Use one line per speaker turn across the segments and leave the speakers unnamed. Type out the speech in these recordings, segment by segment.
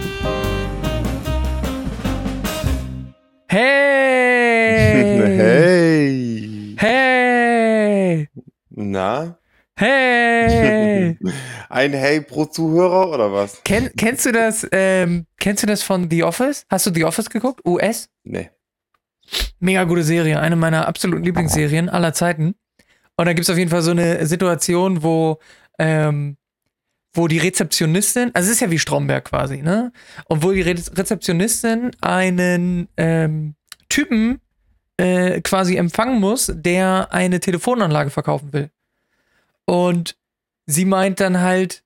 Hey!
Hey!
Hey!
Na?
Hey!
Ein Hey pro Zuhörer oder was?
Kenn, kennst du das? Ähm, kennst du das von The Office? Hast du The Office geguckt? US?
Nee.
Mega gute Serie, eine meiner absoluten Lieblingsserien aller Zeiten. Und da gibt es auf jeden Fall so eine Situation, wo, ähm, wo die Rezeptionistin, also es ist ja wie Stromberg quasi, ne? Und wo die Re Rezeptionistin einen ähm, Typen äh, quasi empfangen muss, der eine Telefonanlage verkaufen will. Und sie meint dann halt,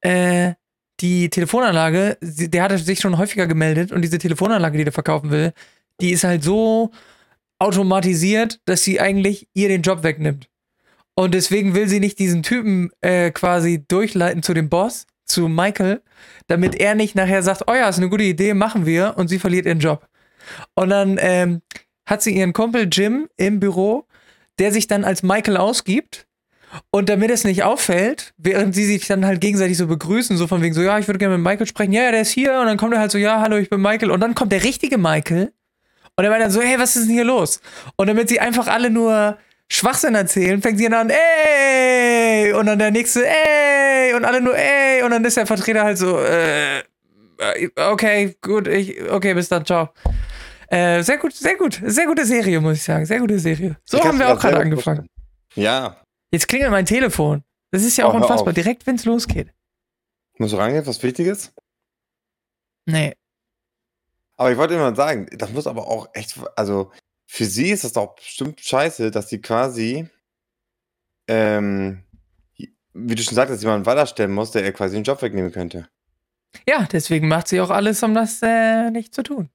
äh, die Telefonanlage, sie, der hatte sich schon häufiger gemeldet und diese Telefonanlage, die der verkaufen will, die ist halt so automatisiert, dass sie eigentlich ihr den Job wegnimmt. Und deswegen will sie nicht diesen Typen äh, quasi durchleiten zu dem Boss, zu Michael, damit er nicht nachher sagt, oh ja, ist eine gute Idee, machen wir und sie verliert ihren Job. Und dann ähm, hat sie ihren Kumpel Jim im Büro, der sich dann als Michael ausgibt. Und damit es nicht auffällt, während sie sich dann halt gegenseitig so begrüßen, so von wegen so, ja, ich würde gerne mit Michael sprechen, ja, ja, der ist hier. Und dann kommt er halt so, ja, hallo, ich bin Michael. Und dann kommt der richtige Michael und er meint dann so, hey, was ist denn hier los? Und damit sie einfach alle nur Schwachsinn erzählen, fängt sie dann an, ey! Und dann der nächste, ey! Und alle nur, ey! Und dann ist der Vertreter halt so, äh, äh, okay, gut, ich, okay, bis dann, ciao. Äh, sehr gut, sehr gut, sehr gute Serie, muss ich sagen, sehr gute Serie. So
Ich
haben
kann's
wir
mir
auch gerade
selber
angefangen.
vorstellen. Ja.
Jetzt klingelt mein Telefon. Das ist ja auch
Oh, hör
unfassbar,
auf.
direkt, wenn es losgeht.
Muss rangehen, was Wichtiges?
Nee,
Aber ich wollte immer sagen, das muss aber auch echt, also für sie ist das doch bestimmt scheiße, dass sie quasi, ähm, wie du schon sagtest, jemanden weiterstellen muss, der ihr quasi den Job wegnehmen könnte.
ja, deswegen macht sie auch alles, um das äh, nicht zu tun.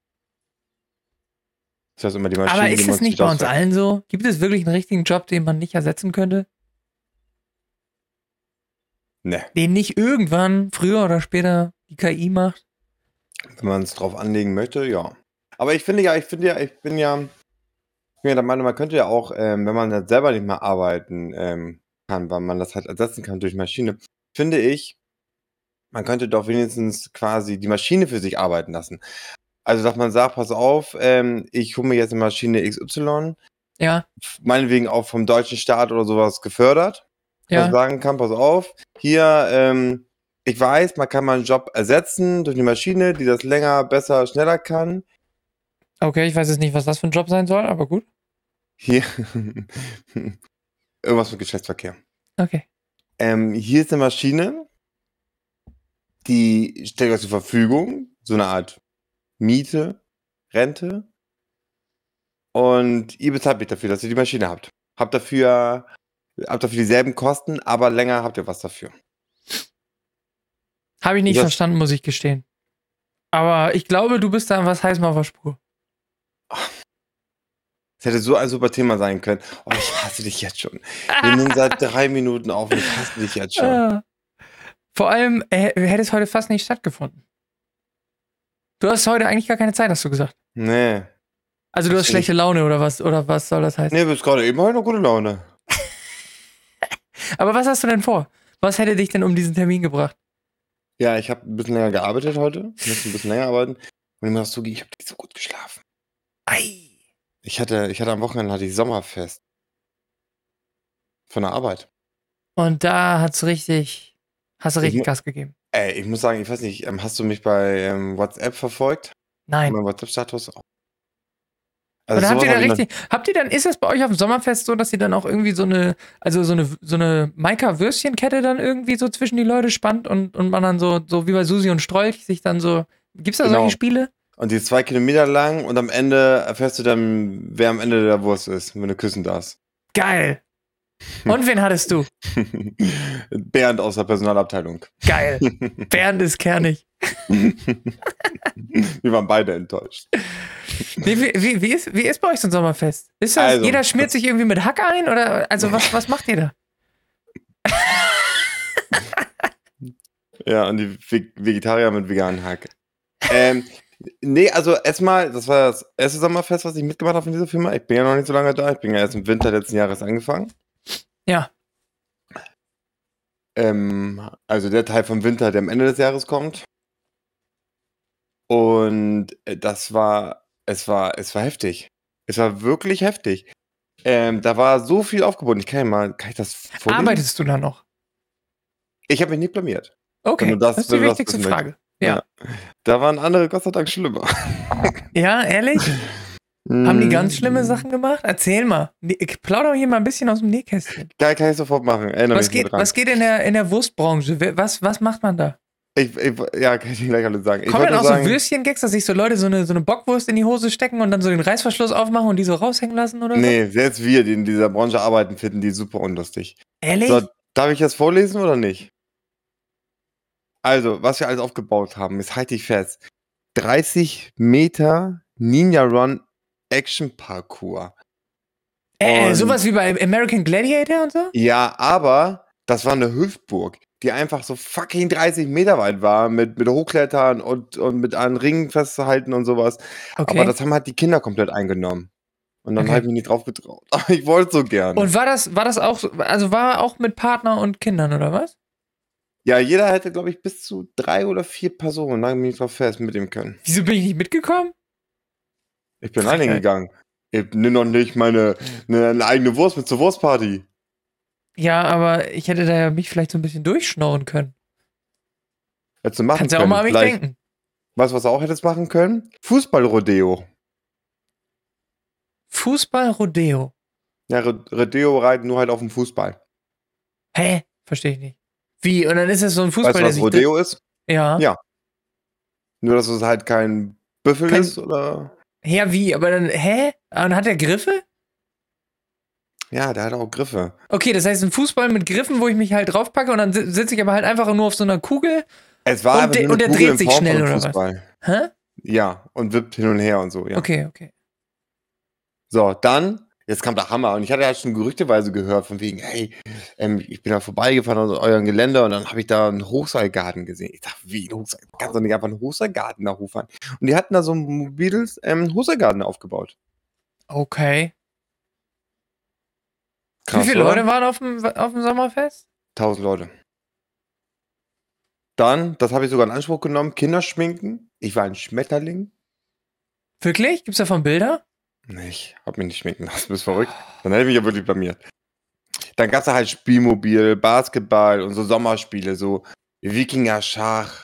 Das heißt immer die Maschine,
Aber ist
die
es
man
nicht
zu
bei uns
Jobs-
allen so? Gibt es wirklich einen richtigen Job, den man nicht ersetzen könnte?
Nee,
Den nicht irgendwann, früher oder später, die KI macht?
wenn man es drauf anlegen möchte, ja. Aber ich finde ja, ich finde ja, ich bin ja, ich bin ja der Meinung, man könnte ja auch, ähm, wenn man halt selber nicht mehr arbeiten ähm, kann, weil man das halt ersetzen kann durch Maschine, finde ich, man könnte doch wenigstens quasi die Maschine für sich arbeiten lassen. Also, dass man sagt, pass auf, ähm, ich hole mir jetzt eine Maschine XY,
Ja,
meinetwegen auch vom deutschen Staat oder sowas gefördert ja.
ja.
man Also sagen kann, pass auf, hier, ähm, ich weiß, man kann mal einen Job ersetzen durch eine Maschine, die das länger, besser, schneller kann.
Okay, ich weiß jetzt nicht, was das für ein Job sein soll, aber gut.
Hier, irgendwas mit Geschlechtsverkehr.
Okay.
Ähm, hier ist eine Maschine, die stellt euch zur Verfügung, so eine Art Miete, Rente. Und ihr bezahlt mich dafür, dass ihr die Maschine habt. Habt dafür, habt dafür dieselben Kosten, aber länger habt ihr was dafür.
Habe ich nicht
Ja.
verstanden, muss ich gestehen. Aber ich glaube, du bist da was heißem auf der Spur.
Es hätte so ein super Thema sein können. Oh, ich hasse dich jetzt schon. Wir nehmen seit drei Minuten auf und ich hasse dich jetzt schon.
Ah. Vor allem äh, hätte es heute fast nicht stattgefunden. Du hast heute eigentlich gar keine Zeit, hast du gesagt.
Nee.
Also du hast
Natürlich.
schlechte Laune oder was oder was soll das heißen?
Nee, bis gerade eben hatte ich noch gute Laune.
Aber was hast du denn vor? Was hätte dich denn um diesen Termin gebracht?
Ja, ich habe ein bisschen länger gearbeitet heute. Ich musste ein bisschen länger arbeiten. Und ich muss auch zugeben, ich habe nicht so gut geschlafen.
Ei.
Ich hatte, ich hatte am Wochenende hatte ich Sommerfest. Von der Arbeit.
Und da hat's richtig, hast du
Ich
richtig
mu-
Gas gegeben.
Ey, ich muss sagen, ich weiß nicht, ähm, hast du mich bei ähm, WhatsApp verfolgt?
Nein.
Mein WhatsApp-Status? Also
Oder habt
sowas
ihr da
hab ich noch-
richtig, habt ihr dann, ist das bei euch auf dem Sommerfest so, dass ihr dann auch irgendwie so eine, also so eine, so eine Maika-Würstchenkette dann irgendwie so zwischen die Leute spannt und, und man dann so, so wie bei Susi und Strolch sich dann so, gibt's da
Genau.
solche Spiele?
Und die ist zwei Kilometer lang und am Ende erfährst du dann, wer am Ende der Wurst ist, wenn du küssen darfst.
Geil. Und wen hattest du?
Bernd aus der Personalabteilung.
Geil. Bernd ist kernig.
Wir waren beide enttäuscht.
Nee, wie, wie, wie, ist, wie ist bei euch so ein Sommerfest? Ist das,
Also-
jeder schmiert sich irgendwie mit Hack ein oder, also was, was macht ihr da?
Ja, und die Ve- Vegetarier mit veganen Hack. Ähm, nee, also erstmal, das war das erste Sommerfest, was ich mitgemacht habe in dieser Firma. Ich bin ja noch nicht so lange da. Ich bin ja erst im Winter letzten Jahres angefangen.
Ja.
Ähm, also der Teil vom Winter, der am Ende des Jahres kommt. Und äh, das war es war, es war heftig. Es war wirklich heftig. Ähm, da war so viel aufgebunden. Ich kann ja mal, kann ich das vorlesen?
Arbeitest du da noch?
Ich habe mich nicht blamiert.
Okay,
Wenn du das-
das ist die
wenn du das
wichtigste
wissen
Frage.
Da waren andere Gott sei Dank schlimmer. Hm.
Ja, ehrlich? Haben die ganz schlimme Sachen gemacht? Erzähl mal. Nee, ich Plauder hier mal ein bisschen aus dem Nähkästchen.
Kann, kann ich sofort machen. Erinnere
Was
mich mal
geht,
dran.
was geht in der, in der Wurstbranche? Wer- Was, was macht man da?
Ich, ich, ja, kann ich dir gleich alles sagen. ich
Kommen
wollte
dann auch
nur sagen,
so Würstchen-Gags, dass sich so Leute so eine, so eine Bockwurst in die Hose stecken und dann so den Reißverschluss aufmachen und die so raushängen lassen oder so?
Nee, selbst wir, die in dieser Branche arbeiten, finden die super unlustig.
Ehrlich?
So, darf ich das vorlesen oder nicht? Also, was wir alles aufgebaut haben, ist halte ich fest. 30 Meter Ninja Run Action Parkour.
äh, äh,
und-
sowas wie bei American Gladiator und so?
Ja, aber das war eine Hüftburg, die einfach so fucking 30 Meter weit war, mit, mit Hochklettern und, und mit an Ringen festzuhalten und sowas.
Okay.
Aber das haben halt die Kinder komplett eingenommen. Und dann
Okay.
habe ich mich nicht drauf getraut. Aber ich wollte so gerne.
und war das, war das auch, so- also war auch mit Partner und Kindern oder was?
ja, jeder hätte, glaube ich, bis zu drei oder vier Personen, da bin ich drauf fest, mitnehmen können.
Wieso bin ich nicht mitgekommen?
Ich bin
Frechheit.
allein gegangen. Ich nimm doch nicht meine ne- eine eigene Wurst mit zur Wurstparty.
Ja, aber ich hätte da ja mich vielleicht so ein bisschen durchschnorren können.
Hättest du machen
Kannst ja
können.
auch mal an mich
Vielleicht-
denken.
Weißt du, was du auch hättest machen können? Fußballrodeo.
Fußball-Rodeo.
Ja, Re- Rodeo reiten nur halt auf dem Fußball.
Hä? Verstehe ich nicht. Wie? Und dann ist das so ein Fußball,
weißt du,
der
was
sich.
Rodeo ist?
Ja.
Ja. Nur, dass es halt kein Büffel
Kein-
ist oder.
Ja, wie? Aber dann, hä? Ah, Und hat er Griffe?
Ja, der hat auch Griffe.
Okay, das heißt ein Fußball mit Griffen, wo ich mich halt draufpacke und dann si- sitze ich aber halt einfach nur auf so einer Kugel.
Es war
Und
einfach
der-
nur eine
und der
Kugel
dreht
in
sich
Form von
schnell,
einem
oder was?
Fußball.
Hä?
Ja, und wippt hin und her und so, ja.
Okay, okay.
So, dann, jetzt kam der Hammer. Und ich hatte ja schon gerüchteweise gehört, von wegen, hey, ähm, ich bin da vorbeigefahren an eurem Geländer und dann habe ich da einen Hochseilgarten gesehen. Ich dachte, wie, ein Hochseil? Kannst du nicht einfach einen Hochseilgarten da hochfahren? Und die hatten da so ein mobiles ähm, Hochseilgarten aufgebaut.
Okay.
Krass,
Wie viele
oder?
Leute waren auf dem, auf dem Sommerfest?
1000 Leute. Dann, das habe ich sogar in Anspruch genommen, Kinderschminken. Ich war ein Schmetterling.
Wirklich? Gibt's davon Bilder?
Nee, ich habe mich nicht schminken lassen, du bist verrückt. Dann hätte ich mich ja wirklich blamiert. Dann gab es da halt Spielmobil, Basketball und so Sommerspiele, so Wikinger-Schach,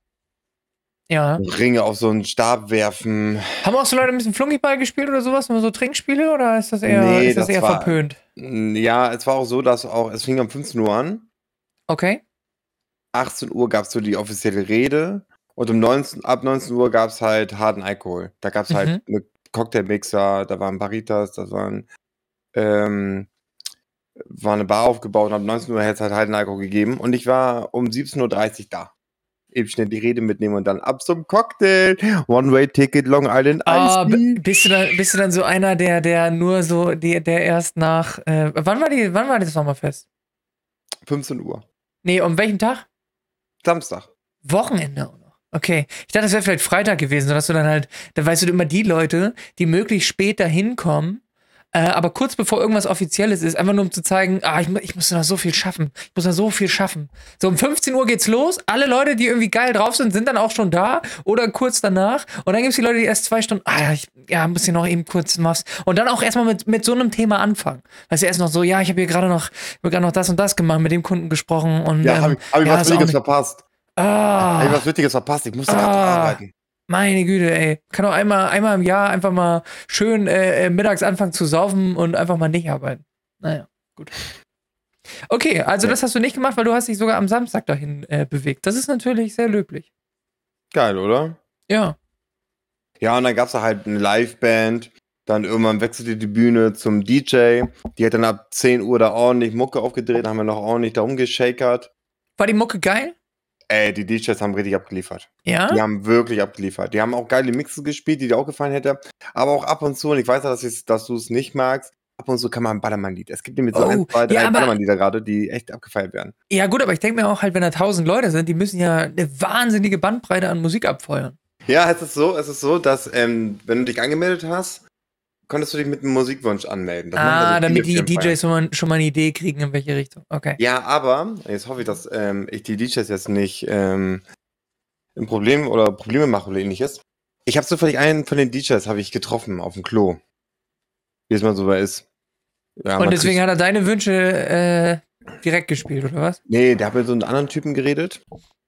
Ja.
Ringe auf so einen Stab werfen.
Haben auch so Leute ein bisschen Flunkyball gespielt oder sowas? Nur so Trinkspiele oder ist das eher,
Nee,
ist das
das
eher
war-
verpönt?
Ja, es war auch so, dass auch, es fing um 15 Uhr an.
Okay.
18 Uhr gab es so die offizielle Rede und um 19, ab 19 Uhr gab es halt harten Alkohol. Da gab es halt
Mhm.
eine Cocktailmixer, da waren Baritas, da waren, ähm, war eine Bar aufgebaut und ab 19 Uhr hätte es halt harten Alkohol gegeben und ich war um 17.30 Uhr da. Eben schnell die Rede mitnehmen und dann ab zum Cocktail. One-Way-Ticket, Long Island
Ah,
Ice
b-
Tea.
bist, du dann, bist du dann so einer, der, der nur so, der, der erst nach. Äh, wann, war die, wann war das Sommerfest?
15 Uhr.
Nee, um welchen Tag?
Samstag.
Wochenende auch noch. Okay. Ich dachte, das wäre vielleicht Freitag gewesen, sodass du dann halt, dann weißt du immer die Leute, die möglichst später hinkommen, äh, aber kurz bevor irgendwas Offizielles ist, einfach nur um zu zeigen, ah, ich, mu- ich muss noch so viel schaffen. Ich muss noch so viel schaffen. So um 15 Uhr geht's los. Alle Leute, die irgendwie geil drauf sind, sind dann auch schon da oder kurz danach. Und dann gibt's die Leute, die erst zwei Stunden, ah ja, ich ja, muss hier noch eben kurz was. Und dann auch erstmal mit, mit so einem Thema anfangen. Weißt du, erst noch so, ja, ich habe hier gerade noch, ich hab gerade noch das und das gemacht, mit dem Kunden gesprochen und
Ja, habe
ähm,
ich, hab ich was
ist auch
Wichtiges
nicht-
verpasst. Habe ich
Ah,
was Wichtiges verpasst. Ich musste gerade noch
Ah.
arbeiten.
meine Güte, ey. Kann doch einmal, einmal im Jahr einfach mal schön äh, äh, mittags anfangen zu saufen und einfach mal nicht arbeiten. Naja, gut. Okay, also
Ja.
das hast du nicht gemacht, weil du hast dich sogar am Samstag dahin äh, bewegt. Das ist natürlich sehr löblich.
Geil, oder?
Ja.
Ja, und dann gab's da halt eine Liveband. Dann irgendwann wechselte die Bühne zum DJ. Die hat dann ab 10 Uhr da ordentlich Mucke aufgedreht, haben wir noch ordentlich da rumgeschakert.
War die Mucke geil?
Ey, die DJs haben richtig abgeliefert.
Ja?
Die haben wirklich abgeliefert. Die haben auch geile Mixes gespielt, die dir auch gefallen hätte. Aber auch ab und zu, und ich weiß ja, dass, ich's- dass du es nicht magst, ab und zu kann man ein Ballermann-Lied. Es gibt nämlich so
Oh,
ein, zwei, drei
ja, aber-
Ballermann-Lieder gerade, die echt abgefeiert werden.
Ja, gut, aber ich denke mir auch halt, wenn da tausend Leute sind, die müssen ja eine wahnsinnige Bandbreite an Musik abfeuern.
Ja, es ist so, es ist so, dass ähm, wenn du dich angemeldet hast, konntest du dich mit einem Musikwunsch anmelden. Das machen
ah,
also viele
damit die
Firmen.
DJs schon mal, schon mal eine Idee kriegen, in welche Richtung. Okay.
Ja, aber jetzt hoffe ich, dass ähm, ich die DJs jetzt nicht ähm, ein Problem oder Probleme mache oder ähnliches. Ich habe zufällig einen von den DJs habe ich getroffen auf dem Klo. Wie es mal so bei ist. Ja, man
Und deswegen
kriegt-
hat er deine Wünsche äh, direkt gespielt, oder was?
Nee, der hat mit so einem anderen Typen geredet.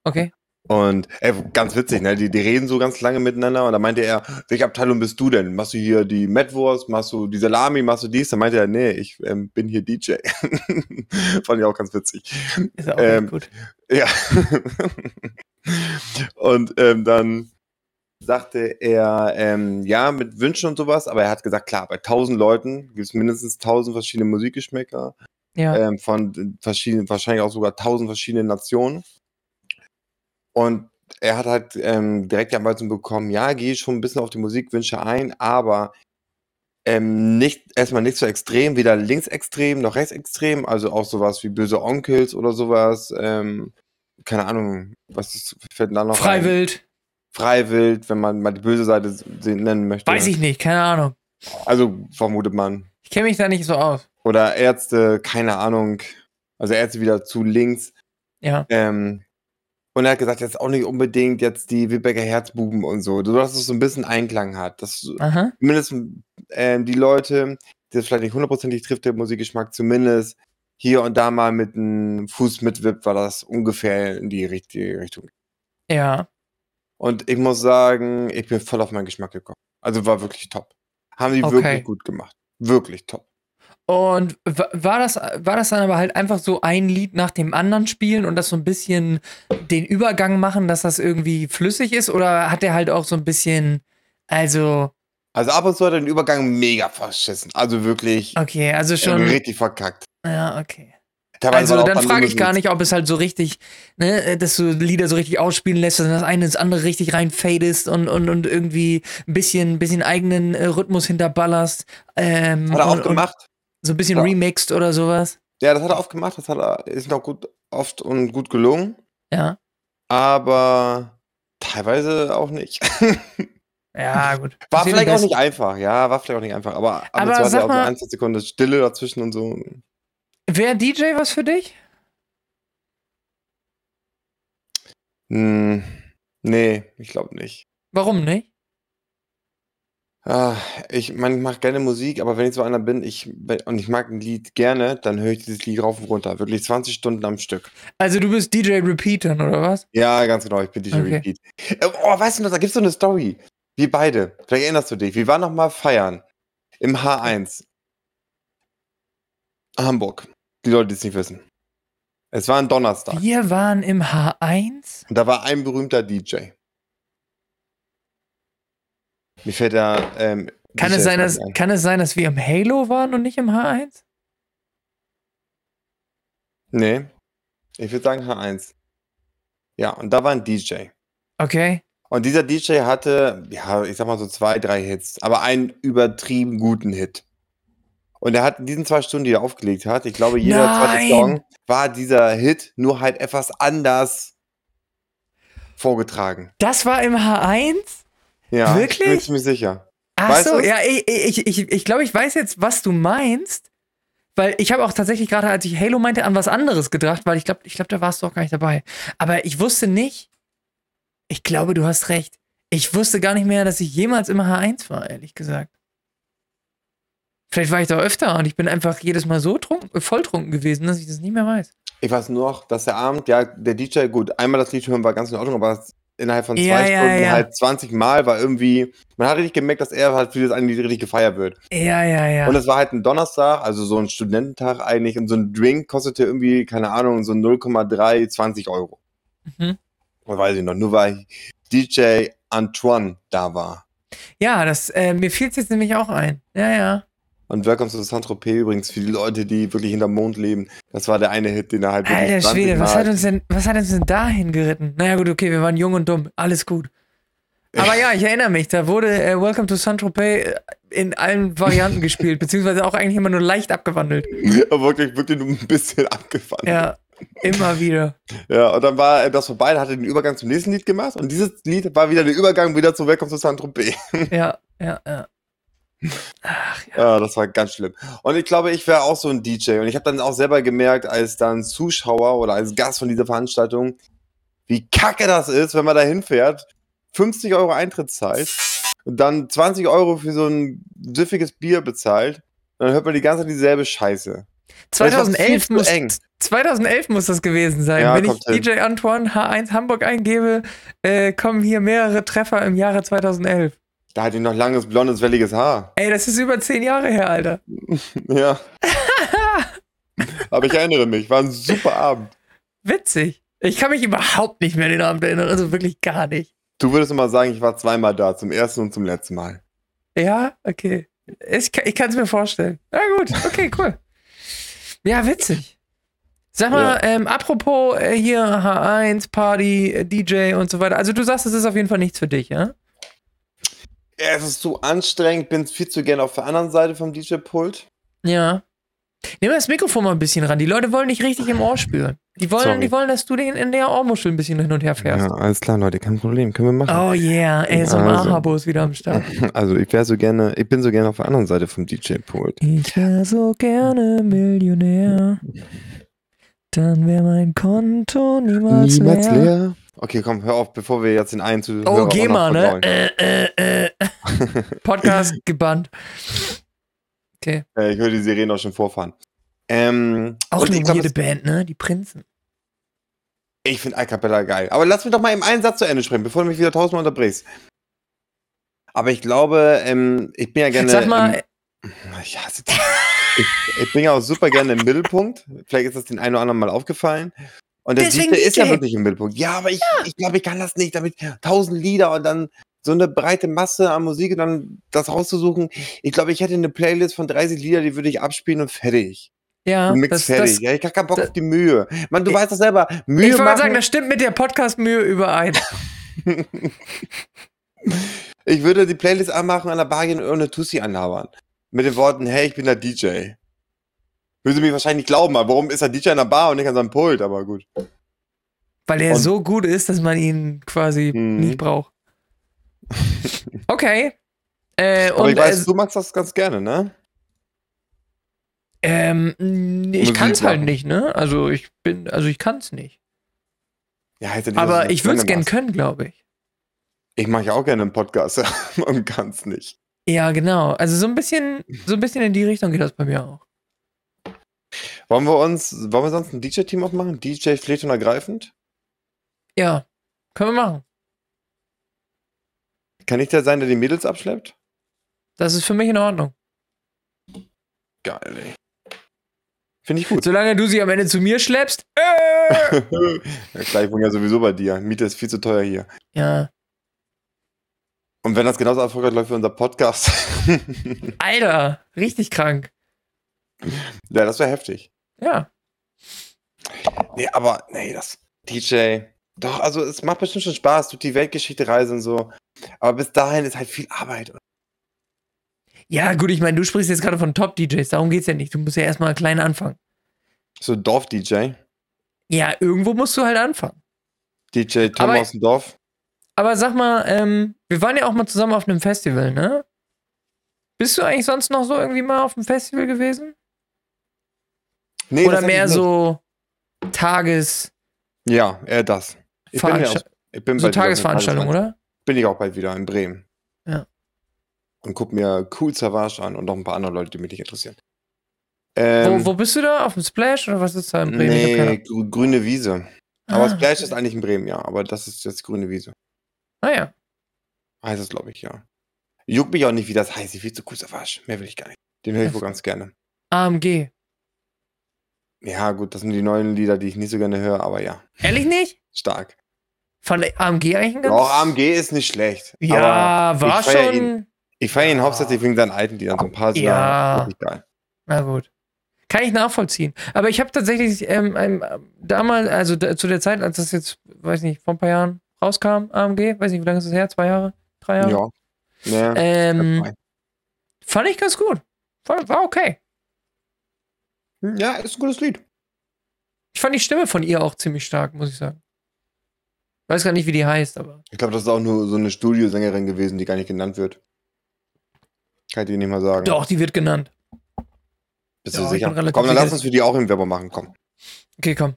Okay.
Und ey, ganz witzig, ne? Die, die reden so ganz lange miteinander und dann meinte er, welche Abteilung bist du denn? Machst du hier die Metwurst, machst du die Salami, machst du dies? Dann meinte er, nee, ich ähm, bin hier DJ. Fand ich auch ganz witzig.
Ist auch ganz
Ähm,
gut.
Ja. und ähm, dann sagte er, ähm, ja, mit Wünschen und sowas, aber er hat gesagt, klar, bei tausend Leuten gibt es mindestens tausend verschiedene Musikgeschmäcker
Ja.
ähm, von verschiedenen, wahrscheinlich auch sogar tausend verschiedenen Nationen. Und er hat halt ähm, direkt die Anweisung bekommen, ja, gehe schon ein bisschen auf die Musikwünsche ein, aber ähm, nicht, erstmal nicht so extrem, weder linksextrem noch rechtsextrem, also auch sowas wie böse Onkels oder sowas. Ähm, keine Ahnung, was ist, fällt denn da noch? ein?
Freiwild.
Freiwild, wenn man mal die böse Seite se- nennen möchte.
Weiß ich nicht, keine Ahnung.
Also vermutet man.
Ich kenne mich da nicht so aus.
oder Ärzte, keine Ahnung, also Ärzte wieder zu links.
Ja.
Ähm, und er hat gesagt, jetzt auch nicht unbedingt jetzt die Wippecker Herzbuben und so, sodass es so ein bisschen Einklang hat. Dass
Aha.
zumindest ähm, die Leute, die es vielleicht nicht hundertprozentig trifft, der Musikgeschmack, zumindest hier und da mal mit einem Fuß mitwippt, war das ungefähr in die richtige Richtung.
Ja.
Und ich muss sagen, ich bin voll auf meinen Geschmack gekommen. Also war wirklich top. Haben die
Okay.
wirklich gut gemacht. Wirklich top.
Und wa- war das, war das dann aber halt einfach so ein Lied nach dem anderen spielen und das so ein bisschen den Übergang machen, dass das irgendwie flüssig ist? Oder hat er halt auch so ein bisschen, also,
Also ab und zu hat er den Übergang mega verschissen. Also wirklich äh,
okay, also schon,
richtig verkackt.
ja, okay.
Teilweise
Also
war auch
dann frage ich
Musik-
gar nicht, ob es halt so richtig, ne, dass du Lieder so richtig ausspielen lässt, dass das eine ins andere richtig reinfadest und, und, und irgendwie ein bisschen, bisschen eigenen äh, Rhythmus hinterballerst. Ähm,
Hat er
und,
oft gemacht.
Und so ein bisschen
Ja.
remixed oder sowas.
Ja, das hat er oft gemacht. Das hat er, ist noch gut, oft und gut gelungen.
Ja.
Aber teilweise auch nicht.
Ja, gut.
War
Passiert
vielleicht
im
auch
Besten.
nicht einfach. Ja, war vielleicht auch nicht einfach. Aber ab
Aber
und zu hat
sag
er auch so
mal-
ein, zwei Sekunden Stille dazwischen und so.
Wäre DJ was für dich?
Hm, nee, ich glaube nicht.
Warum nicht?
Ah, ich meine, ich mache gerne Musik, aber wenn ich so einer bin ich, und ich mag ein Lied gerne, dann höre ich dieses Lied rauf und runter. Wirklich 20 Stunden am Stück.
Also du bist DJ Repeatern oder was?
Ja, ganz genau, ich bin DJ
Okay.
Repeat. Äh, Oh, weißt du noch, da gibt's so eine Story. Wir beide, vielleicht erinnerst du dich, wir waren noch mal feiern. Im H1. Hamburg. Die Leute, die es nicht wissen. Es war ein Donnerstag.
Wir waren im H1.
Und da war ein berühmter DJ. Mir fällt da. Ähm,
Kann
DJ
es, sein, dass,
ein.
kann es sein, dass wir im Halo waren und nicht im H1?
Nee. Ich würde sagen H1. Ja, und da war ein DJ.
Okay.
Und dieser DJ hatte, ja, ich sag mal so zwei, drei Hits, aber einen übertrieben guten Hit. Und er hat in diesen zwei Stunden, die er aufgelegt hat, ich glaube, jeder
Nein!
zweite Song war dieser Hit nur halt etwas anders vorgetragen.
Das war im H1?
Ja, Ich bin mir
Wirklich?
ziemlich sicher.
Ach
Weißt
so,
du's?
ja, ich, ich, ich, ich glaube, ich weiß jetzt, was du meinst. Weil ich habe auch tatsächlich gerade, als ich Halo meinte, an was anderes gedacht, weil ich glaube, ich glaub, da warst du auch gar nicht dabei. Aber ich wusste nicht, ich glaube, du hast recht. Ich wusste gar nicht mehr, dass ich jemals im H1 war, ehrlich gesagt. Vielleicht war ich da öfter und ich bin einfach jedes Mal so trunken, äh, volltrunken gewesen, dass ich das nicht mehr weiß.
Ich weiß nur noch, dass der Abend, ja, der DJ, gut, einmal das Lied hören war ganz in Ordnung, aber das innerhalb von zwei
Ja, ja,
Stunden
ja.
halt 20 Mal war irgendwie, man hat richtig gemerkt, dass er halt für das eine Lied richtig gefeiert wird.
Ja, ja, ja.
Und es war halt ein Donnerstag, also so ein Studententag eigentlich. Und so ein Drink kostete irgendwie, keine Ahnung, so 0,3, 20 Euro.
Mhm.
Und weiß ich noch, nur weil DJ Antoine da war.
Ja, das, äh, mir fiel es jetzt nämlich auch ein. Ja, ja.
Und Welcome to Saint-Tropez übrigens für die Leute, die wirklich hinterm Mond leben. Das war der eine Hit, den er halt wirklich
Alter
20
Schwede, was
Mal-
hat, uns denn, was hat uns denn dahin geritten? Naja, gut, okay, wir waren jung und dumm. Alles gut. Aber ja, ich erinnere mich, da wurde äh, Welcome to Saint-Tropez äh, in allen Varianten gespielt, beziehungsweise auch eigentlich immer nur leicht abgewandelt.
wirklich, wirklich nur ein bisschen abgefahren.
Ja, immer wieder.
Ja, und dann war das vorbei, dann hat er den Übergang zum nächsten Lied gemacht. Und dieses Lied war wieder der Übergang wieder zu Welcome to Saint-Tropez.
Ja, ja, ja. Ach, ja.
Ja, Ah, das war ganz schlimm. Und ich glaube, ich wäre auch so ein DJ. Und ich habe dann auch selber gemerkt, als dann Zuschauer oder als Gast von dieser Veranstaltung, wie kacke das ist, wenn man da hinfährt, 50 Euro Eintritt zahlt und dann 20 Euro für so ein süffiges Bier bezahlt, dann hört man die ganze Zeit dieselbe Scheiße. Das ist doch viel
2011
zu
muss,
eng.
2011 muss das gewesen sein.
Ja,
Wenn ich
kommt hin.
DJ Antoine H1 Hamburg eingebe, äh, kommen hier mehrere Treffer im Jahre 2011.
Da hat die noch langes, blondes, welliges Haar.
Ey, das ist über zehn Jahre her, Alter.
Ja. Aber ich erinnere mich, war ein super Abend.
Witzig. Ich kann mich überhaupt nicht mehr an den Abend erinnern. Also wirklich gar nicht.
Du würdest immer sagen, ich war zweimal da, zum ersten und zum letzten Mal.
Ja, okay. Ich, ka- ich kann es mir vorstellen. Na gut, okay, cool. Ja, witzig. Sag mal, ähm, apropos äh, hier H1, Party, äh, DJ und so weiter. Also du sagst, es ist auf jeden Fall nichts für dich, ja?
Ja, Es ist zu anstrengend, bin viel zu gern auf der anderen Seite vom DJ-Pult.
Ja. Nimm mal das Mikrofon mal ein bisschen ran. Die Leute wollen dich richtig im Ohr spüren. Die wollen,
Sorry.
die wollen dass du den in der Ohrmuschel ein bisschen hin und her fährst.
alles klar, Leute, kein Problem, können wir
Oh yeah, ey, so ein
Also.
Ahabo ist wieder am Start.
Also ich wäre so gerne, ich bin so gerne auf der anderen Seite vom DJ-Pult.
Ich wär so gerne Millionär. Dann wär mein Konto niemals,
Niemals
leer.
leer. Okay, komm, hör auf, bevor wir jetzt den einen zu
Oh,
Hörer
geh
auch noch
mal, ne?
vergraulen.
Äh, äh, äh. Podcast gebannt.
Äh, ich höre die Sirene auch schon vorfahren. Ähm,
Auch
und ich
eine
glaub,
weirde
das-
Band, ne? Die Prinzen.
ich finde A Cappella geil. Aber lass mich doch mal im einen Satz zu Ende sprechen, bevor du mich wieder tausendmal unterbrichst. Aber ich glaube, ähm, ich bin ja gerne.
Sag mal,
Im, ich hasse dich. ich, ich bin ja auch super gerne im Mittelpunkt. Vielleicht ist das den einen oder anderen mal aufgefallen. Und der
Deswegen
Siebte ist ja
DJ.
wirklich im Mittelpunkt. Ja, aber ich, ich glaube, ich kann das nicht. Damit tausend Lieder und dann so eine breite Masse an Musik und dann das rauszusuchen. Ich glaube, ich hätte eine Playlist von 30 Lieder, die würde ich abspielen und fertig.
ja,
Ein Mix
das,
fertig.
das,
ja, ich hab keinen Bock
das-
auf die Mühe. Mann, du
Ich-
weißt das selber.
ich
Mühe
wollte
machen.
gerade sagen, das stimmt mit der Podcast-Mühe überein.
ich würde die Playlist anmachen, an der Bar gehen und irgendeine Tussi anhabern. Mit den Worten, hey, ich bin der DJ. Würde sie mich wahrscheinlich nicht glauben, aber warum ist der DJ an der Bar und nicht an seinem Pult? Aber gut.
Weil er
Und-
so gut ist, dass man ihn quasi
Mhm.
nicht braucht. Okay. Äh,
Aber
und
ich weiß,
äh,
du magst das ganz gerne, ne?
ähm, n- ich
Musik
kann es halt
machen.
nicht, ne? Also ich bin, also ich kann es nicht.
Ja, heißt ja nicht, dass du
Aber
das
ich würde es
gerne
gern
machst.
können, glaube ich.
Ich mache ja auch gerne einen Podcast und kann's nicht.
Ja, genau. Also so ein bisschen, so ein bisschen in die Richtung geht das bei mir auch.
Wollen wir uns, wollen wir sonst ein DJ-Team aufmachen? DJ schlicht und ergreifend?
Ja, können wir machen.
Kann ich der sein, der die Mädels abschleppt?
Das ist für mich in Ordnung.
Geil, ey. Finde ich gut.
Solange du sie am Ende zu mir schleppst. Äh!
ja, gleich wohnen ja sowieso bei dir. Miete ist viel zu teuer hier.
ja.
Und wenn das genauso erfolgreich läuft wie unser Podcast,
Alter, richtig krank.
ja, das wäre heftig.
Ja.
Nee, aber nee, das DJ. Doch, also es macht bestimmt schon Spaß, tut die Weltgeschichte reise und so. Aber bis dahin ist halt viel Arbeit.
Ja, gut, ich meine, du sprichst jetzt gerade von Top-DJs, darum geht's ja nicht. Du musst ja erstmal klein anfangen.
So Dorf-DJ.
Ja, irgendwo musst du halt anfangen.
DJ Tom
Aber-
aus dem Dorf.
Aber sag mal, ähm, wir waren ja auch mal zusammen auf einem Festival, ne? Bist du eigentlich sonst noch so irgendwie mal auf einem Festival gewesen?
Nee,
Oder
das hätte ich
mehr
nicht.
so Tages
Ja, eher das. Ich bin, ja aus, ich bin
so
bald wieder auf einer
Tagesveranstaltung, oder?
Bin ich auch bald wieder in Bremen.
Ja.
Und guck mir Cool Savage an und noch ein paar andere Leute, die mich nicht interessieren. Ähm,
wo, wo bist du da? Auf dem Splash oder was ist da in Bremen? Ich hab keine
Nee, grü- grüne Wiese. Aber
Ah.
Splash ist eigentlich in Bremen, ja. Aber das ist jetzt grüne Wiese.
Ah ja.
Heißt es, glaube ich, ja. Juckt mich auch nicht, wie das heißt. Ich will zu Kusavage. Mehr will ich gar nicht. Den höre ich wohl ganz gerne.
AMG.
Ja, gut, das sind die neuen Lieder, die ich nicht so gerne höre, aber ja,
Ehrlich nicht?
stark.
Fand AMG eigentlich ein ganz.
Auch AMG ist nicht schlecht. Aber
Ja, war
ich feier
schon.
ich feiere ihn
Ja.
hauptsächlich wegen seinen alten Liedern. So ein paar sind
Ja.
da wirklich geil.
Na gut. Kann ich nachvollziehen. Aber ich habe tatsächlich ähm, ähm, damals, also da, zu der Zeit, als das jetzt, weiß nicht, vor ein paar Jahren rauskam, AMG, weiß nicht, wie lange ist das her? Zwei Jahre? Drei Jahre?
Ja. ja.
Ähm, fand ich ganz gut. War, war okay.
Hm, ja, ist ein gutes Lied.
Ich fand die Stimme von ihr auch ziemlich stark, muss ich sagen. Weiß gar nicht, wie die heißt, aber.
Ich glaube, das ist auch nur so eine Studiosängerin gewesen, die gar nicht genannt wird. Kann ich dir nicht mal sagen.
Doch, die wird genannt.
Bist
Ja,
du
ich
sicher?
bin relativ
Komm, dann lass
sicher.
uns für die auch im Werbung machen, komm.
Okay, komm.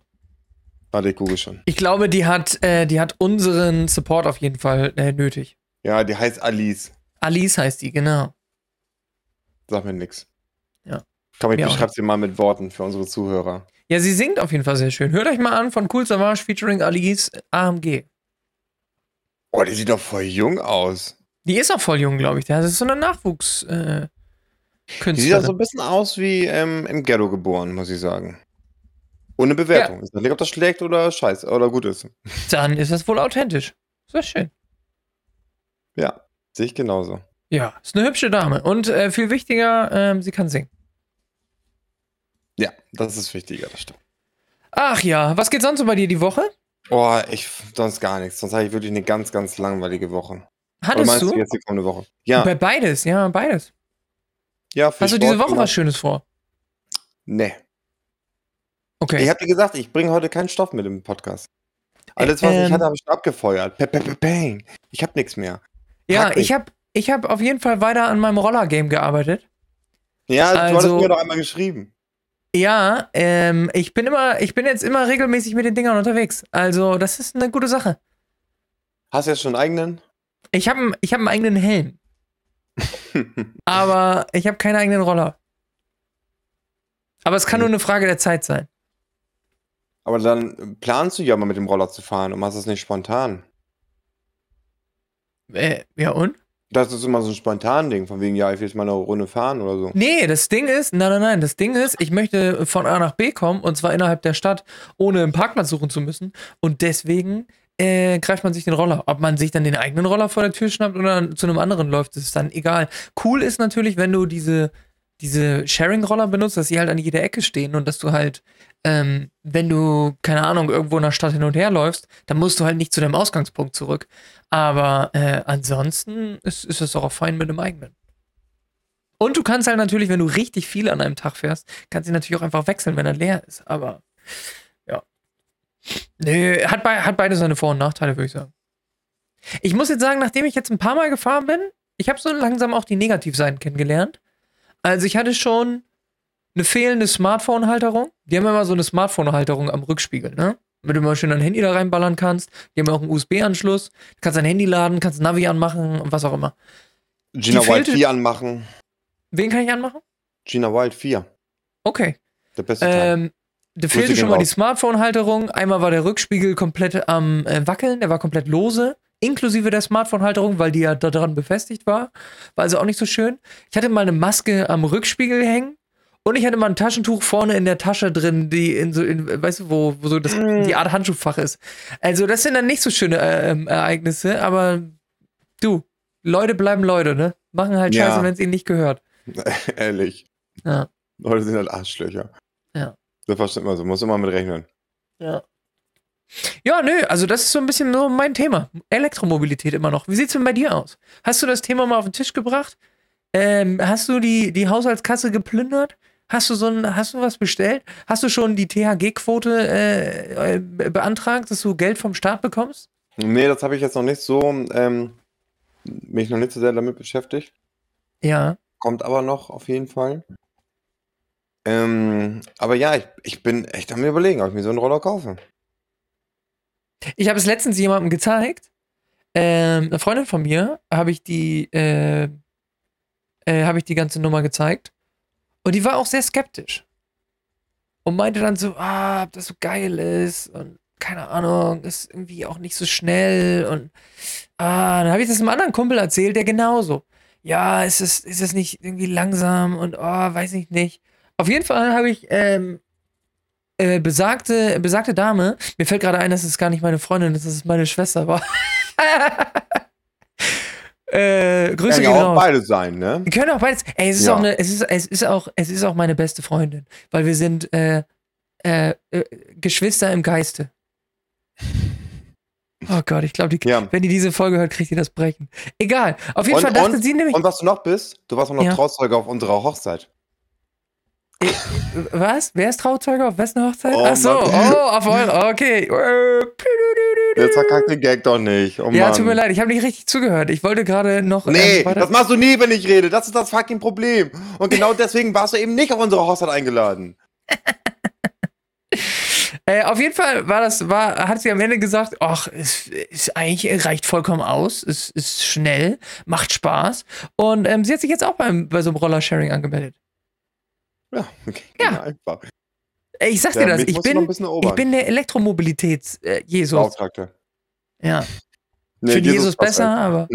Warte, ich google schon.
Ich glaube, die hat, äh, die hat unseren Support auf jeden Fall äh, nötig.
Ja, die heißt Alice.
Alice heißt die, genau.
Sag mir nix.
Ja.
Komm, ich
Mir auch
beschreib's dir mal mit Worten für unsere Zuhörer.
Ja, sie singt auf jeden Fall sehr schön. Hört euch mal an von Cool Savage featuring Alice AMG.
Oh, die sieht doch voll jung aus.
Die ist auch voll jung, glaube ich. Das ist so eine Nachwuchs äh,
Die sieht auch
Künstlerin.
so ein bisschen aus wie ähm, im Ghetto geboren, muss ich sagen. Ohne Bewertung. Ist nicht, ob das schlägt oder scheiße oder gut ist.
Dann ist das wohl authentisch. Ist das schön.
Ja, sehe ich genauso.
Ja, ist eine hübsche Dame. Und äh, viel wichtiger, ähm, sie kann singen.
Ja, das ist wichtiger, das stimmt.
Ach ja, was geht sonst so bei dir die Woche?
Oh, ich, sonst gar nichts. Sonst habe ich wirklich eine ganz, ganz langweilige Woche. Oder
Hattest
meinst
du?
du jetzt die kommende Woche? Ja,
Bei beides, ja, beides.
ja. viel
Hast du diese
Sport
Woche
gemacht.
was Schönes vor?
Nee.
Okay.
Ich habe dir gesagt, ich bringe heute keinen Stoff mit im Podcast. Alles, was ich
Ähm.
hatte, habe ich schon abgefeuert. Pe- pe- pe- Bang. Ich habe nichts mehr.
ja,
Hack
ich habe ich hab auf jeden Fall weiter an meinem Roller-Game gearbeitet.
Ja, du
Also-
hattest mir doch einmal geschrieben.
Ja, ähm, ich bin immer, ich bin jetzt immer regelmäßig mit den Dingern unterwegs. Also, das ist eine gute Sache.
Hast du jetzt schon einen
Ich habe ich hab einen eigenen Helm,
eigenen?
aber ich habe keinen eigenen Roller. Aber es kann nur eine Frage der Zeit sein.
Aber dann planst du ja mal mit dem Roller zu fahren und machst es nicht spontan.
Äh, ja und?
Das ist immer so ein spontan Ding, von wegen, ja, ich will jetzt mal eine Runde fahren oder so.
Nee, das Ding ist, nein, nein, nein, das Ding ist, ich möchte von A nach B kommen und zwar innerhalb der Stadt, ohne einen Parkplatz suchen zu müssen. Und deswegen äh, greift man sich den Roller. Ob man sich dann den eigenen Roller vor der Tür schnappt oder zu einem anderen läuft, ist dann egal. Cool ist natürlich, wenn du diese, diese Sharing-Roller benutzt, dass sie halt an jeder Ecke stehen und dass du halt, ähm, wenn du, keine Ahnung, irgendwo in der Stadt hin und her läufst, dann musst du halt nicht zu deinem Ausgangspunkt zurück. Aber äh, ansonsten ist, ist das doch auch fein mit dem eigenen. Und du kannst halt natürlich, wenn du richtig viel an einem Tag fährst, kannst du ihn natürlich auch einfach wechseln, wenn er leer ist. Aber ja. Nee, hat, bei, hat beide seine Vor- und Nachteile, würde ich sagen. Ich muss jetzt sagen, nachdem ich jetzt ein paar Mal gefahren bin, ich habe so langsam auch die Negativseiten kennengelernt. Also ich hatte schon eine fehlende Smartphone-Halterung. Die haben ja immer so eine Smartphone-Halterung am Rückspiegel, ne? Damit du mal schön dein Handy da reinballern kannst. Die haben ja auch einen USB-Anschluss. Du kannst dein Handy laden, kannst Navi anmachen und was auch immer.
Gina
Die
Wild
fehlte-
4 anmachen.
Wen kann ich anmachen?
Gina Wild 4.
Okay.
Der beste Teil.
Ähm, da fehlte
gehen
schon mal die
raus.
Smartphone-Halterung. Einmal war der Rückspiegel komplett am äh, Wackeln, der war komplett lose, inklusive der Smartphone-Halterung, weil die ja da dran befestigt war. War also auch nicht so schön. Ich hatte mal eine Maske am Rückspiegel hängen und ich hatte mal ein Taschentuch vorne in der Tasche drin, die in so, in, weißt du, wo, wo so das,
Mm.
die Art Handschuhfach ist. Also, das sind dann nicht so schöne äh, ähm, Ereignisse, aber du, Leute bleiben Leute, ne? Machen halt
Ja.
Scheiße, wenn es ihnen nicht gehört.
Ehrlich.
Ja.
Leute sind halt Arschlöcher.
Ja.
Das versteht man so. Muss immer mit rechnen.
Ja, nö, also das ist so ein bisschen so mein Thema. Elektromobilität immer noch. Wie sieht's denn bei dir aus? Hast du das Thema mal auf den Tisch gebracht? Ähm, hast du die, die Haushaltskasse geplündert? Hast du so ein, hast du was bestellt? Hast du schon die THG-Quote äh, äh, beantragt, dass du Geld vom Staat bekommst?
Nee, das habe ich jetzt noch nicht so, ähm, mich noch nicht so sehr damit beschäftigt.
Ja.
Kommt aber noch auf jeden Fall. Ähm, aber ja, ich, ich bin echt am überlegen, ob ich mir so einen Roller kaufe.
Ich habe es letztens jemandem gezeigt. Ähm, eine Freundin von mir habe ich die, äh, äh, habe ich die ganze Nummer gezeigt. Und die war auch sehr skeptisch. Und meinte dann so, ah, ob das so geil ist und keine Ahnung, ist irgendwie auch nicht so schnell und ah, dann habe ich das einem anderen Kumpel erzählt, der genauso. Ja, ist es, ist es nicht irgendwie langsam und oh, weiß ich nicht. Auf jeden Fall habe ich ähm, äh, besagte, besagte Dame, mir fällt gerade ein, dass es gar nicht meine Freundin ist, dass es meine Schwester war. äh, Grüße
Können
gehen
ja auch
raus.
beides sein, ne?
Wir können auch beides. Ey, es ist
Ja.
auch eine, es ist, es ist auch, es ist auch meine beste Freundin, weil wir sind äh, äh, äh, Geschwister im Geiste. Oh Gott, ich glaube, die,
Ja.
wenn die diese Folge hört, kriegt ihr das Brechen. Egal. Auf jeden
Und-
Fall dachte
und-
sie nämlich,
Und was du noch bist, du warst auch noch
Ja.
Trauzeuge auf unserer Hochzeit.
was? Wer ist Trauzeuge auf wessen Hochzeit?
Oh
Ach so,
Mann.
oh, auf eure, okay. Äh,
Jetzt verkackt den Gag doch nicht. Oh
Ja,
Mann.
tut mir leid, ich habe nicht richtig zugehört. Ich wollte gerade noch.
Nee,
ähm, weiter-
das machst du nie, wenn ich rede. Das ist das fucking Problem. Und genau deswegen warst du eben nicht auf unsere Hochzeit eingeladen.
Äh, auf jeden Fall war das, war, hat sie am Ende gesagt, ach, es ist eigentlich reicht vollkommen aus, es ist schnell, macht Spaß. Und ähm, sie hat sich jetzt auch beim, bei so einem Roller-Sharing angemeldet.
Ja, okay,
Ja.
genau, einfach.
Äh, Ich sag
Ja,
dir das,
mich
ich
musst du noch ein
bin,
bisschen erobern.
ich bin der Elektromobilitäts-Jesus.
Beauftragte.
ja.
Nee,
Finde Jesus
passt
besser,
halt.
aber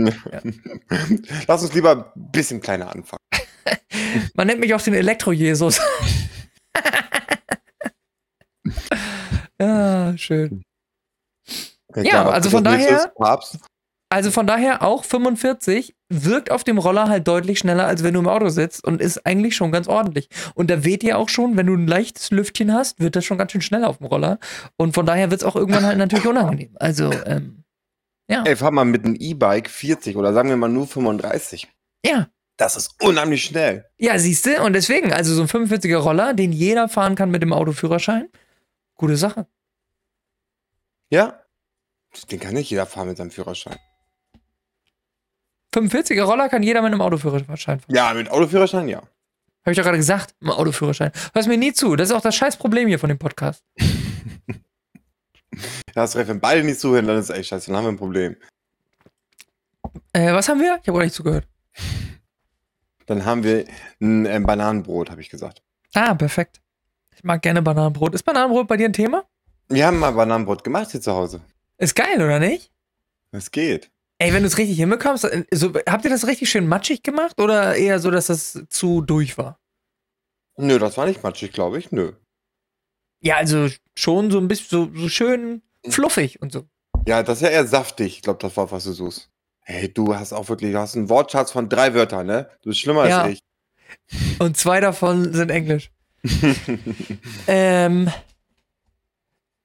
Lass uns lieber ein bisschen kleiner anfangen.
man nennt mich auch den Elektro-Jesus. ja, Ah, schön. Ja,
klar, was
also von
das nächste
daher-
ist, Papst.
Also von daher auch 45 wirkt auf dem Roller halt deutlich schneller, als wenn du im Auto sitzt und ist eigentlich schon ganz ordentlich. Und da weht ja auch schon, wenn du ein leichtes Lüftchen hast, wird das schon ganz schön schnell auf dem Roller. Und von daher wird es auch irgendwann halt natürlich unangenehm. Also, ähm,
Ey, fahr mal mit einem E-Bike 40 oder sagen wir mal nur 35.
ja.
Das ist unheimlich schnell.
Ja, siehst du, und deswegen, also so ein 45er Roller, den jeder fahren kann mit dem Autoführerschein, gute Sache.
Ja? Den kann nicht jeder fahren mit seinem Führerschein.
45er Roller kann jeder mit einem Autoführerschein fahren.
Ja, mit Autoführerschein, ja.
Habe ich doch gerade gesagt, im Autoführerschein. Hörst mir nie zu, das ist auch das scheiß Problem hier von dem Podcast.
Da hast du recht, wenn beide nicht zuhören, dann ist echt scheiße, dann haben wir ein Problem.
Äh, was haben wir? Ich habe gar nicht zugehört.
Dann haben wir ein äh, Bananenbrot, habe ich gesagt.
Ah, perfekt. Ich mag gerne Bananenbrot. Ist Bananenbrot bei dir ein Thema?
Wir haben mal Bananenbrot gemacht hier zu Hause.
Ist geil, oder nicht?
Es geht.
Ey, wenn du es richtig hinbekommst, äh, so, habt ihr das richtig schön matschig gemacht oder eher so, dass das zu durch war?
Nö, das war nicht matschig, glaube ich. Nö.
Ja, also schon so ein bisschen so, so schön fluffig und so.
Ja, das ist ja eher saftig. Ich glaube, das war, was du suchst. Hey, du hast auch wirklich, du hast einen Wortschatz von drei Wörtern, ne? Du bist schlimmer
Ja.
als ich.
Und zwei davon sind Englisch. ähm,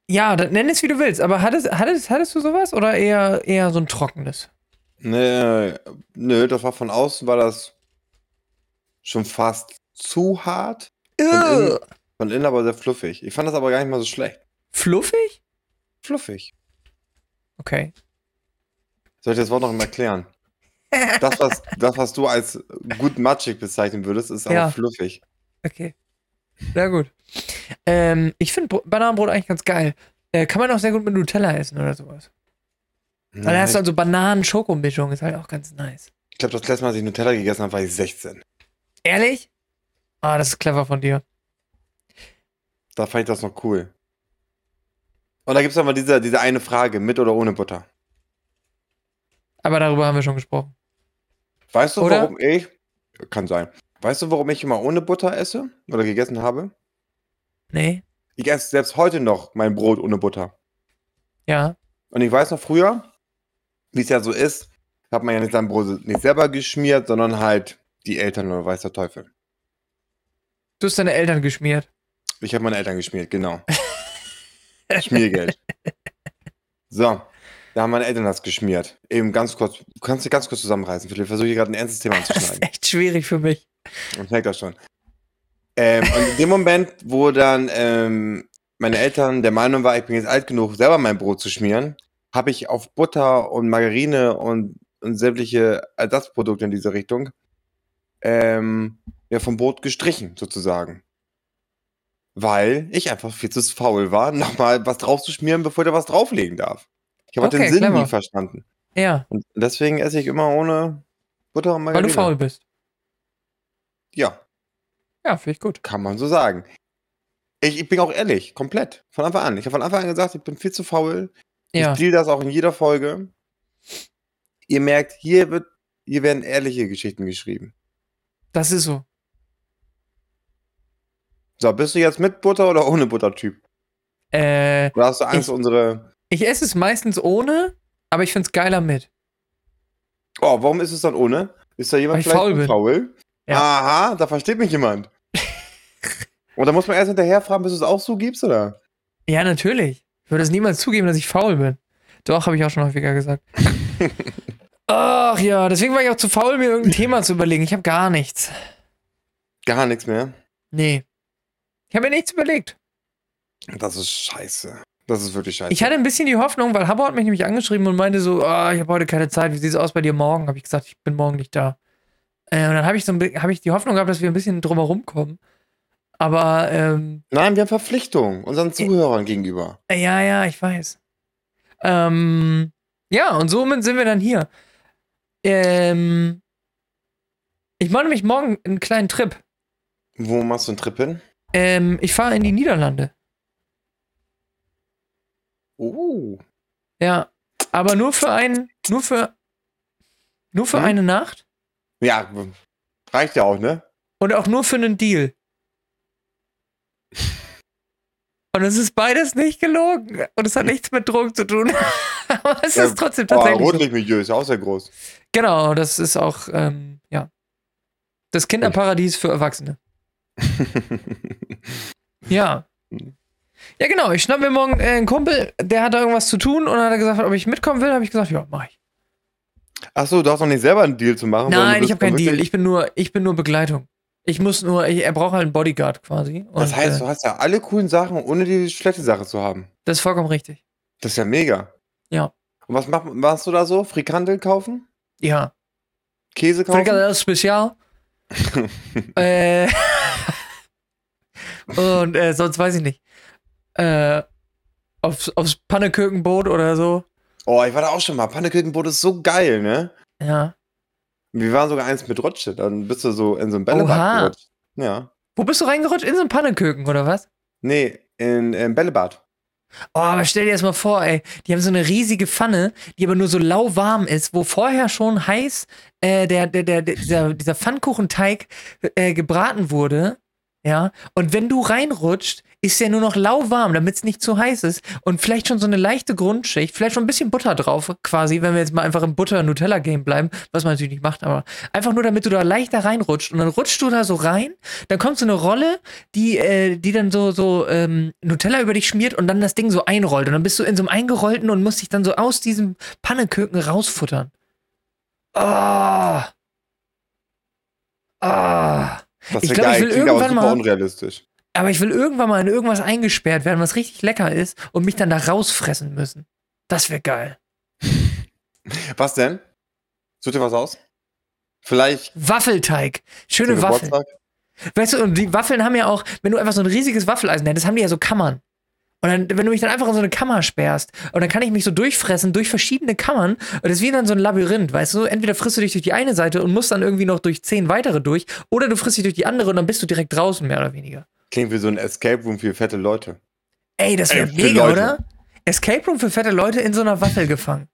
ja, dann nenn es wie du willst, aber hattest, hattest, hattest du sowas oder eher, eher so ein trockenes?
Nö, Ne, nö, das war von außen, war das schon fast zu hart.
Äh.
innen-
Ugh.
Von innen aber sehr fluffig. Ich fand das aber gar nicht mal so schlecht.
Fluffig?
Fluffig.
Okay.
Soll ich das Wort noch mal erklären? Das was, das, was du als gut matschig bezeichnen würdest, ist aber
Ja.
fluffig.
Okay. Sehr gut. Ähm, ich finde Bananenbrot eigentlich ganz geil. Äh, kann man auch sehr gut mit Nutella essen oder sowas. Weil da hast du also Bananen-Schokomischung, ist halt auch ganz nice.
Ich glaube, das letzte Mal, als ich Nutella gegessen habe, war ich 16.
Ehrlich? Ah, das ist clever von dir.
Da fand ich das noch cool. Und da gibt es mal diese, diese eine Frage, mit oder ohne Butter.
Aber darüber haben wir schon gesprochen.
Weißt du,
Oder?
warum ich. Kann sein. Weißt du, warum ich immer ohne Butter esse oder gegessen habe?
Nee?
Ich esse selbst heute noch mein Brot ohne Butter.
Ja.
Und ich weiß noch früher, wie es ja so ist, hat man ja nicht sein Brot nicht selber geschmiert, sondern halt die Eltern oder weiß der Teufel.
Du hast deine Eltern geschmiert.
Ich habe meine Eltern geschmiert, genau. Schmiergeld. So, da haben meine Eltern das geschmiert. Eben ganz kurz, du kannst du ganz kurz zusammenreißen, Philipp? Ich versuche hier gerade ein ernstes Thema
Das ist
anzuschneiden.
echt schwierig für mich.
Man merkt das schon. Ähm, und in dem Moment, wo dann ähm, meine Eltern der Meinung war, ich bin jetzt alt genug, selber mein Brot zu schmieren, habe ich auf Butter und Margarine und, und sämtliche Ersatzprodukte in diese Richtung ähm, ja, vom Brot gestrichen, sozusagen. Weil ich einfach viel zu faul war, nochmal was drauf zu schmieren, bevor ich da was drauflegen darf. Ich habe
Okay,
den Sinn
clever.
nie verstanden.
Ja,
Und deswegen esse ich immer ohne Butter und
weil
Margarine.
du faul bist.
Ja.
Ja, finde ich gut.
Kann man so sagen. Ich, ich bin auch ehrlich, komplett. Von Anfang an. Ich habe von Anfang an gesagt, ich bin viel zu faul.
Ja.
Ich deal das auch in jeder Folge. Ihr merkt, hier, wird, hier werden ehrliche Geschichten geschrieben.
Das ist so.
So, bist du jetzt mit Butter oder ohne Butter-Typ?
Äh,
Oder hast du Angst,
Ich-
unsere.
ich esse es meistens ohne, aber ich finde es geiler mit.
Oh, warum ist es dann ohne? Ist da
Weil
jemand
ich
vielleicht
faul bin.
faul?
Ja.
Aha, da versteht mich jemand. Und da muss man erst hinterher fragen, bis du es auch so gibst, oder?
Ja, natürlich. Ich würde es niemals zugeben, dass ich faul bin. Doch, habe ich auch schon häufiger gesagt. Ach ja, deswegen war ich auch zu faul, mir irgendein Thema zu überlegen. Ich habe gar nichts.
Gar nichts mehr.
Nee. Ich habe mir nichts überlegt.
Das ist scheiße. Das ist wirklich scheiße.
Ich hatte ein bisschen die Hoffnung, weil Habbo hat mich nämlich angeschrieben und meinte so, ah, ich habe heute keine Zeit, wie sieht's aus bei dir morgen? Habe ich gesagt, ich bin morgen nicht da. Äh, und dann habe ich, so ein bi- hab ich die Hoffnung gehabt, dass wir ein bisschen drumherum kommen. Aber ähm,
Nein, wir haben Verpflichtungen unseren Zuhörern gegenüber.
äh, ja, ja, ich weiß. Ähm, ja, und somit sind wir dann hier. Ähm, ich mache nämlich morgen einen kleinen Trip.
Wo machst du einen Trip hin?
Ähm, ich fahre in die Niederlande. Uh.
Oh.
Ja. Aber nur für einen, nur für, nur für
Hm?
eine Nacht
Ja, reicht ja auch, ne?
und auch nur für einen Deal. Und es ist beides nicht gelogen. Und es hat nichts mit Drogen zu tun. Aber es
Ja,
ist trotzdem
Oh,
tatsächlich. so.
Rotlichtmilieu ist ja auch sehr groß.
Genau, das ist auch, ähm, ja. Das Kinderparadies für Erwachsene. Ja. Ja, genau. Ich schnapp mir morgen äh, einen Kumpel, der hat da irgendwas zu tun und dann hat er gesagt, ob ich mitkommen will. Habe ich gesagt, ja, mach ich.
Achso, du hast noch nicht selber einen Deal zu machen. sondern
Nein,
du
ich habe
bist
keinen Deal.
wirklich-
Ich bin nur, ich bin nur Begleitung. Ich muss nur, ich, er braucht halt einen Bodyguard quasi. Und,
das heißt,
äh,
du hast ja alle coolen Sachen, ohne die schlechte Sache zu haben.
das ist vollkommen richtig.
Das ist ja mega.
Ja.
Und was mach, machst du da so? Frikandel kaufen?
Ja.
Käse kaufen?
Frikadelle Spezial. äh, und äh, sonst weiß ich nicht. Äh, aufs, aufs Pannekökenboot oder so.
Oh, ich war da auch schon mal. Pannekuchenbrot ist so geil, ne?
Ja.
Wir waren sogar eins mit Rutsche. Dann bist du so in so einem Bällebad
Oha.
gerutscht. Ja.
Wo bist du reingerutscht? In so ein Panneköken oder was?
Nee, in, in Bällebad.
Oh, aber stell dir das mal vor, ey. Die haben so eine riesige Pfanne, die aber nur so lauwarm ist, wo vorher schon heiß äh, der, der, der, der- dieser, dieser Pfannkuchenteig äh, gebraten wurde. Ja. Und wenn du reinrutscht, ist der nur noch lauwarm, damit es nicht zu heiß ist. Und vielleicht schon so eine leichte Grundschicht, vielleicht schon ein bisschen Butter drauf, quasi, wenn wir jetzt mal einfach im Butter-Nutella-Game bleiben, was man natürlich nicht macht, aber einfach nur, damit du da leichter reinrutscht. Und dann rutschst du da so rein, dann kommt so eine Rolle, die, äh, die dann so, so ähm, Nutella über dich schmiert und dann das Ding so einrollt. Und dann bist du in so einem eingerollten und musst dich dann so aus diesem Panneköken rausfuttern. Ah! Ah!
Das
Ich
wär
glaub, ich will
Klingt aber
irgendwann
super
mal-
unrealistisch.
Aber ich will irgendwann mal in irgendwas eingesperrt werden, was richtig lecker ist und mich dann da rausfressen müssen. Das wäre geil.
Was denn? Such dir was aus? Vielleicht
Waffelteig.
zum
Schöne Waffeln.
Geburtstag?
Weißt du, und die Waffeln haben ja auch, wenn du einfach so ein riesiges Waffeleisen hättest, haben die ja so Kammern. Und dann, wenn du mich dann einfach in so eine Kammer sperrst, und dann kann ich mich so durchfressen durch verschiedene Kammern, und das ist wie dann so ein Labyrinth, weißt du? Entweder frisst du dich durch die eine Seite und musst dann irgendwie noch durch zehn weitere durch, oder du frisst dich durch die andere und dann bist du direkt draußen, mehr oder weniger.
Klingt wie so ein Escape Room für fette Leute.
Ey, das wäre
Ey, für
mega,
Leute.
oder? Escape Room für fette Leute in so einer Waffel gefangen.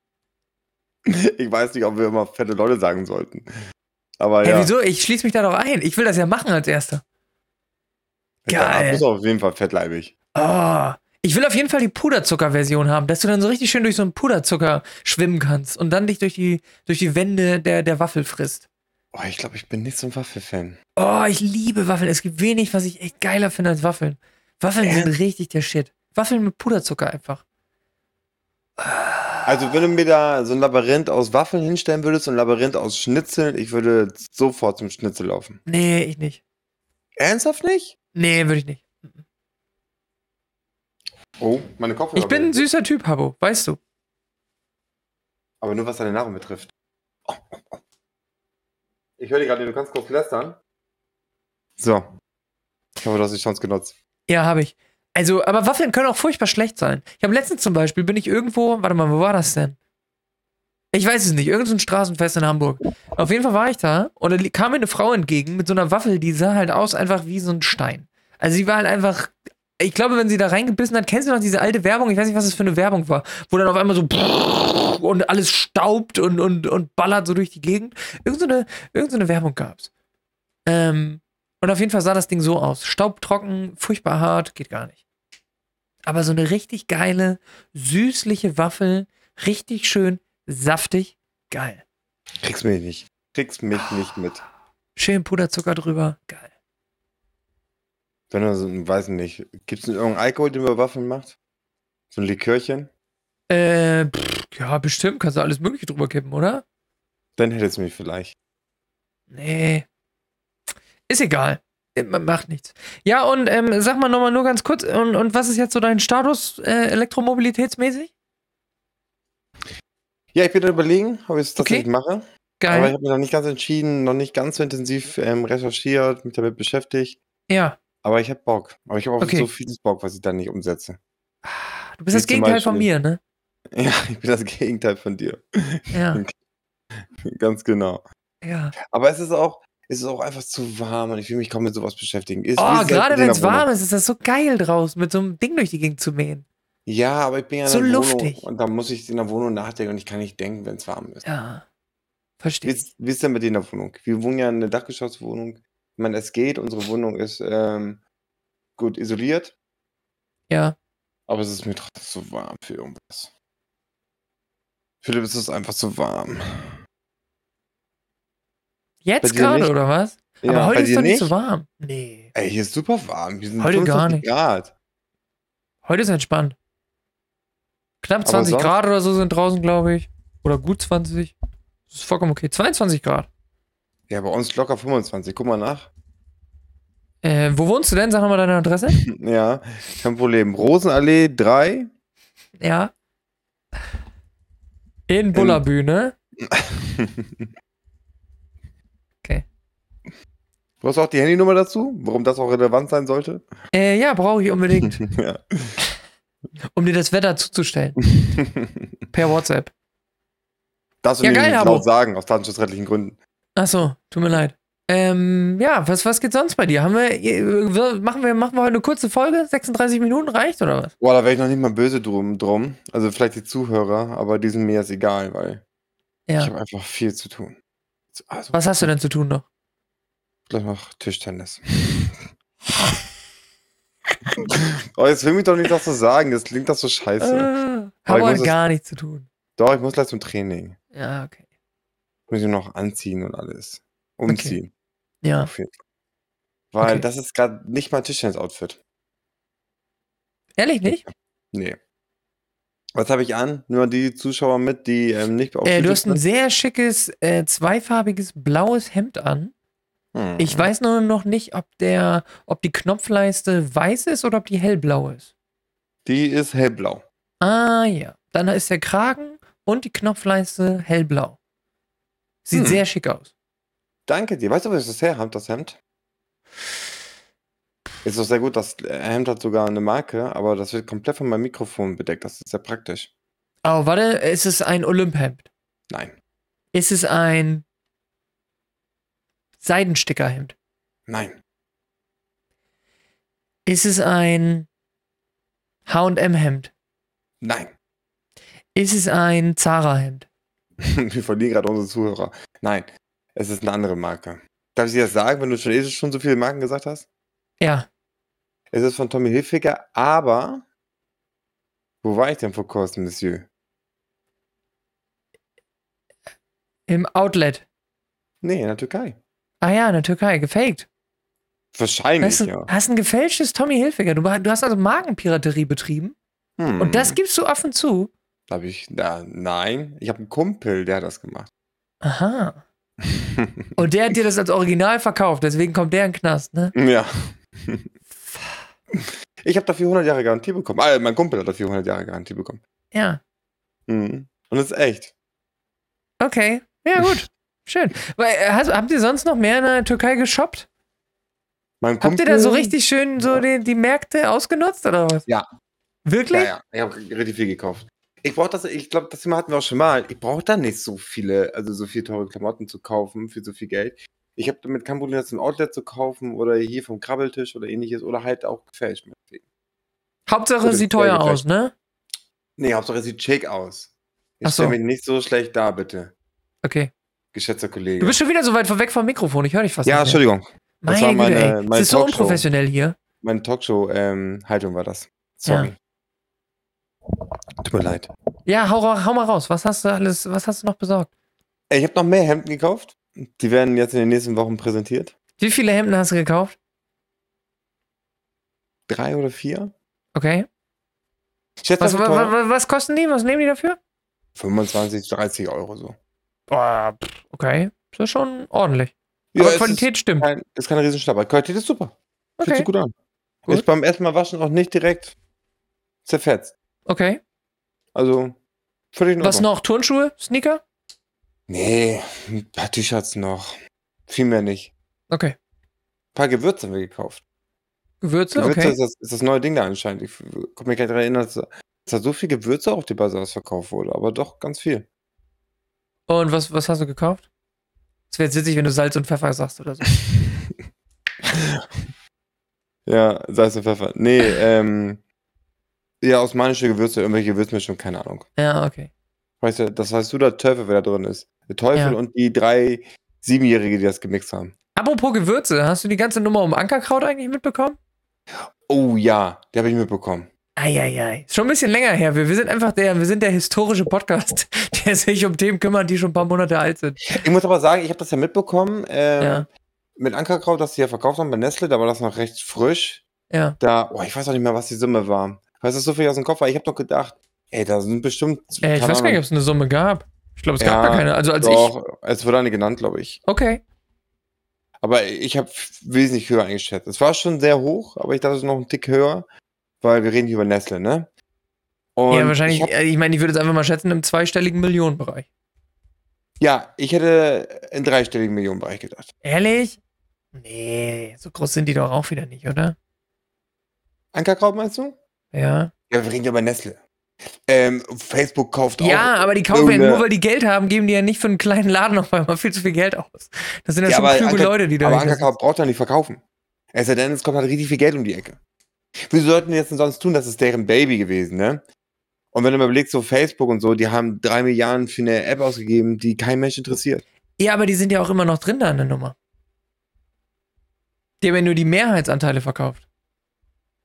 Ich weiß nicht, ob wir immer fette Leute sagen sollten. Aber
Hey,
ja.
wieso? Ich schließe mich da doch ein. Ich will das ja machen als Erster.
Ja,
Geil.
du bist auf jeden Fall fettleibig.
Oh, ich will auf jeden Fall die Puderzucker-Version haben, dass du dann so richtig schön durch so einen Puderzucker schwimmen kannst und dann dich durch die, durch die Wände der, der Waffel frisst.
Oh, ich glaube, ich bin nicht so ein Waffelfan.
Oh, ich liebe Waffeln. Es gibt wenig, was ich echt geiler finde als Waffeln. Waffeln sind richtig der Shit. Waffeln mit Puderzucker einfach.
Also, wenn du mir da so ein Labyrinth aus Waffeln hinstellen würdest und ein Labyrinth aus Schnitzeln, ich würde sofort zum Schnitzel laufen.
Nee, ich nicht.
Ernsthaft nicht?
Nee, würde ich nicht.
Oh, meine Kopfhörer.
Ich bin ein süßer Typ, Habo, weißt du.
Aber nur was deine Nahrung betrifft. Ich höre dir gerade, du kannst kurz lästern. So. Ich hoffe, du hast die Chance genutzt.
Ja, habe ich. Also, aber Waffeln können auch furchtbar schlecht sein. Ich habe letztens zum Beispiel, bin ich irgendwo, warte mal, wo war das denn? Ich weiß es nicht, irgend so ein Straßenfest in Hamburg. Auf jeden Fall war ich da und da li- kam mir eine Frau entgegen mit so einer Waffel, die sah halt aus einfach wie so ein Stein. Also sie war halt einfach, ich glaube, wenn sie da reingebissen hat, kennst du noch diese alte Werbung, ich weiß nicht, was das für eine Werbung war, wo dann auf einmal so und alles staubt und, und, und ballert so durch die Gegend. Irgend so eine, irgend so eine Werbung gab's. Ähm, und auf jeden Fall sah das Ding so aus. Staubtrocken, furchtbar hart, geht gar nicht. Aber so eine richtig geile, süßliche Waffel, richtig schön, saftig, geil.
Kriegst mich nicht. Kriegst mich nicht mit.
Schön Puderzucker drüber, geil.
Wenn du so, ein- weiß nicht, gibt es irgendeinen Alkohol, den man über Waffeln macht? So ein Likörchen?
Äh, pff, ja, bestimmt kannst du alles Mögliche drüber kippen, oder?
Dann hättest du mich vielleicht.
Nee. Ist egal. Äh, ma- Macht nichts. Ja, und ähm, sag mal nochmal nur ganz kurz, und, und was ist jetzt so dein Status äh, elektromobilitätsmäßig?
Ja, ich bin da überlegen, ob ich es
Okay.
tatsächlich mache.
Geil.
Aber ich habe mich noch nicht ganz entschieden, noch nicht ganz so intensiv ähm, recherchiert, mich damit beschäftigt.
ja.
Aber ich habe Bock. Aber ich habe auch
Okay.
so vieles Bock, was ich dann nicht umsetze.
Du bist das
Wie zum
Gegenteil von
Beispiel-
mir, ne?
Ja, ich bin das Gegenteil von dir.
Ja,
Ganz genau.
ja.
Aber es ist auch, es ist auch einfach zu warm und ich will mich kaum mit sowas beschäftigen. Ist,
Oh,
wie gesagt,
gerade
in der
wenn es
Wohnung.
warm ist, ist das so geil draußen, mit so einem Ding durch die Gegend zu mähen.
Ja, aber ich bin ja in
So
der
luftig.
Wohnung und da muss ich in der Wohnung nachdenken und ich kann nicht denken, wenn es warm ist.
Ja.
Wie
Verstehe ich.
ist, wie ist denn bei dir in der Wohnung? Wir wohnen ja in einer Dachgeschosswohnung. Ich meine, es geht, unsere Wohnung ist ähm, gut isoliert,
Ja.
aber es ist mir trotzdem zu warm für irgendwas. Philipp, es ist einfach zu warm.
Jetzt
dir
gerade,
nicht?
oder was? Aber
Ja,
heute
bei
ist
dir
doch nicht so warm. Nee.
Ey, hier ist super warm. Hier sind
Heute gar
25
nicht.
Grad.
Heute ist entspannt. Knapp
Aber
20
sonst?
Grad oder so sind draußen, glaube ich. Oder gut 20. Das ist vollkommen okay. 22 Grad.
Ja, bei uns locker 25. Guck mal nach.
Äh, wo wohnst du denn? Sag nochmal deine Adresse.
Ja, kein Problem. Rosenallee 3.
ja. In Bullabü, ne?
Du hast auch die Handynummer dazu, warum das auch relevant sein sollte.
Äh, ja, brauche ich unbedingt,
Ja.
um dir das Wetter zuzustellen. Per WhatsApp.
Darfst du
Ja,
mir
geil,
nicht
Abo.
laut sagen, aus datenschutzrechtlichen Gründen.
Achso, tut mir leid. Ähm, ja, was, was geht sonst bei dir? Haben wir, äh, wir- machen, wir, machen wir heute eine kurze Folge? 36 Minuten reicht oder was?
Boah, da wäre ich noch nicht mal böse drum, drum. Also vielleicht die Zuhörer, aber die sind mir jetzt egal, weil ich
Ja.
habe einfach viel zu tun. Also
Was hast du denn zu tun noch?
gleich noch Tischtennis. oh, jetzt will mich doch nicht das so sagen. Jetzt klingt das so scheiße.
Äh,
Aber ich
habe
muss es-
gar nichts zu tun.
Doch, ich muss gleich zum Training.
Ja, okay.
Muss ich noch anziehen und alles. Umziehen.
Ja.
Auf jeden Fall. Weil
Okay.
das ist gerade nicht mein Tischtennis-Outfit.
Ehrlich nicht?
Nee. Was habe ich an? Nur die Zuschauer mit, die ähm, nicht auf
Äh, du
YouTube
hast ein
sind.
sehr schickes, äh, zweifarbiges blaues Hemd an.
Hm.
Ich weiß nur noch nicht, ob der, ob die Knopfleiste weiß ist oder ob die hellblau ist.
Die ist hellblau.
Ah ja. Dann ist der Kragen und die Knopfleiste hellblau. Sieht
Hm.
sehr schick aus.
Danke dir. Weißt du, wo ich das her habe, das Hemd? Ist doch sehr gut, das äh, Hemd hat sogar eine Marke, aber das wird komplett von meinem Mikrofon bedeckt. Das ist sehr praktisch.
Oh, warte, ist es ein Olymp-Hemd?
Nein,
Ist es ein Seidenstickerhemd?
nein,
Ist es ein H&M-Hemd?
nein.
Ist es ein Zara-Hemd?
Wir verlieren gerade unsere Zuhörer. Nein, es ist eine andere Marke. Darf ich dir das sagen, wenn du schon, eh schon so viele Marken gesagt hast?
Ja.
Es ist von Tommy Hilfiger, aber wo war ich denn vor kurzem, Monsieur?
Im Outlet.
Nee, in der Türkei.
Ah ja, in der Türkei, gefaked.
Wahrscheinlich,
Hast du
ja.
hast ein gefälschtes Tommy Hilfiger. Du, du hast also Magenpiraterie betrieben.
Hm.
Und das gibst du offen zu.
Hab ich, na, nein, ich habe einen Kumpel, der hat das gemacht.
Aha. Und der hat dir das als Original verkauft. Deswegen kommt der in den Knast, ne?
Ja. Ich habe dafür 100 Jahre Garantie bekommen. Ah, mein Kumpel hat dafür 100 Jahre Garantie bekommen.
Ja.
Mhm. Und das ist echt.
Okay. Ja, gut. Schön. Weil, äh, hast, habt ihr sonst noch mehr in der Türkei geshoppt?
Mein
Habt ihr da so richtig schön so
Ja.
die, die Märkte ausgenutzt oder was?
Ja.
Wirklich?
Ja, ja. Ich habe richtig viel gekauft. Ich brauche das, ich glaube, das Thema hatten wir auch schon mal. Ich brauche da nicht so viele, also so viel teure Klamotten zu kaufen für so viel Geld. Ich habe damit kein Problem, das im Outlet zu kaufen oder hier vom Krabbeltisch oder ähnliches oder halt auch gefälscht. meinetwegen.
Hauptsache
Oder
sieht
sehr
teuer aus,
gefälscht.
ne?
Nee, Hauptsache es sieht schick aus.
Ach
Ich stell
so.
mich nicht so schlecht da, bitte.
Okay.
Geschätzter Kollege.
Du bist schon wieder so weit weg vom Mikrofon. Ich höre dich fast
ja,
nicht mehr.
Entschuldigung. Das
Meine,
war
Güte,
meine-
ey.
meine
es ist so
Talkshow.
unprofessionell hier.
Meine Talkshow-Haltung war das. Sorry. Tut mir leid.
Ja, hau, ra- hau mal raus. Was hast du alles, was hast du noch besorgt?
Ey, Ich habe noch mehr Hemden gekauft. Die werden jetzt in den nächsten Wochen präsentiert.
Wie viele Hemden hast du gekauft?
Drei oder vier.
Okay.
Ich schätze,
Was,
das
was,
wird teurer.
was, was kosten die? Was nehmen die dafür?
25, 30 Euro so.
Boah, pff, okay. Ist ja schon ordentlich.
Ja,
Aber
es
Qualität
Ist
stimmt.
kein, ist keine Riesenschnapper. Qualität ist super. Fühlt
Okay.
sich gut an.
Gut.
Ist beim ersten Mal waschen auch nicht direkt zerfetzt.
okay.
Also völlig in
Was
Ordnung.
noch? Turnschuhe? Sneaker?
Nee, ein paar T-Shirts noch. Viel mehr nicht.
Okay.
Ein paar Gewürze haben wir gekauft.
Gewürze,
Gewürze
okay.
ist, das, ist das neue Ding da anscheinend. Ich komme mir gar nicht daran erinnern, dass, dass da so viel Gewürze auf die Basis verkauft wurde, aber doch ganz viel.
Und was, was hast du gekauft? Es wäre jetzt witzig, wenn du Salz und Pfeffer sagst oder so.
Ja, Salz und Pfeffer. Nee, ähm. Ja, osmanische Gewürze, irgendwelche Gewürzmischungen, keine Ahnung.
ja, okay.
Weißt du, das weißt du, der Teufel, wer da drin ist. Der
Ja.
Teufel und die drei Siebenjährige, die das gemixt haben.
Apropos Gewürze, hast du die ganze Nummer um Ankerkraut eigentlich mitbekommen?
Oh ja, die habe ich mitbekommen.
Eieiei. Ist schon ein bisschen länger her. Wir, wir sind einfach der, wir sind der historische Podcast, der sich um Themen kümmert, die schon ein paar Monate alt sind.
Ich muss aber sagen, ich habe das ja mitbekommen, ähm,
Ja.
mit Ankerkraut, das sie ja verkauft haben bei Nestle, da war das noch recht frisch.
Ja.
da, oh, ich weiß auch nicht mehr, was die Summe war. Weißt du, so viel aus dem Kopf war. Ich habe doch gedacht, ey, da sind bestimmt.
Äh, ich weiß
keine
gar nicht,
Ahnung,
ob es eine Summe gab. Ich glaube, es gab
Ja,
gar keine. Also als ich.
doch, es wurde eine genannt, glaube ich.
Okay.
Aber ich habe wesentlich höher eingeschätzt. Es war schon sehr hoch, aber ich dachte, es ist noch ein Tick höher, weil wir reden hier über Nestle, ne? Und
ja, wahrscheinlich,
Ich hab,
äh, ich meine, ich würde es einfach mal schätzen, im zweistelligen Millionenbereich.
ja, ich hätte in dreistelligen Millionenbereich gedacht.
Ehrlich? Nee, so groß sind die doch auch wieder nicht, oder?
Ankerkraut meinst du?
Ja.
Ja, wir reden hier über Nestle. Ähm, Facebook kauft auch.
Ja, aber die kaufen ja
irgendeine-
nur, weil die Geld haben, geben die ja nicht für einen kleinen Laden auf einmal viel zu viel Geld aus. Das sind ja,
Ja,
schon
aber
kluge
Anker-
Leute, die da
Aber
hinter
Ankerkraut braucht er nicht verkaufen. Es sei denn, es kommt halt richtig viel Geld um die Ecke. Wieso sollten die das denn sonst tun? Das ist deren Baby gewesen, ne? Und wenn du mal überlegst, so Facebook und so, die haben drei Milliarden für eine App ausgegeben, die kein Mensch interessiert.
sitzen. Ja, aber die sind ja auch immer noch drin da in der Nummer. Die haben ja nur die Mehrheitsanteile verkauft.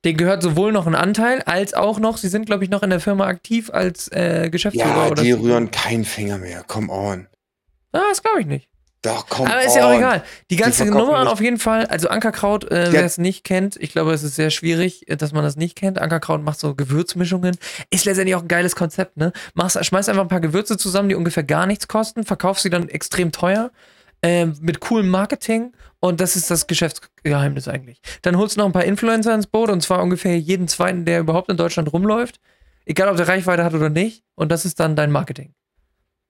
Denen gehört sowohl noch ein Anteil, als auch noch, sie sind, glaube ich, noch in der Firma aktiv als äh, Geschäftsführer
Ja,
oder
die
so.
rühren keinen Finger mehr. Come on.
Ah, das glaube ich nicht.
Doch, come on.
Aber ist ja auch egal. Die ganze
verkaufen
Nummer
nicht.
auf jeden Fall, also Ankerkraut, äh,
Die
wer
hat-
es nicht kennt, ich glaube, es ist sehr schwierig, äh, dass man das nicht kennt. Ankerkraut macht so Gewürzmischungen. Ist letztendlich auch ein geiles Konzept, ne? Machst, schmeißt einfach ein paar Gewürze zusammen, die ungefähr gar nichts kosten, verkaufst sie dann extrem teuer, ähm, mit coolem Marketing und das ist das Geschäftsgeheimnis eigentlich. Dann holst du noch ein paar Influencer ins Boot und zwar ungefähr jeden zweiten, der überhaupt in Deutschland rumläuft. Egal, ob der Reichweite hat oder nicht. Und das ist dann dein Marketing.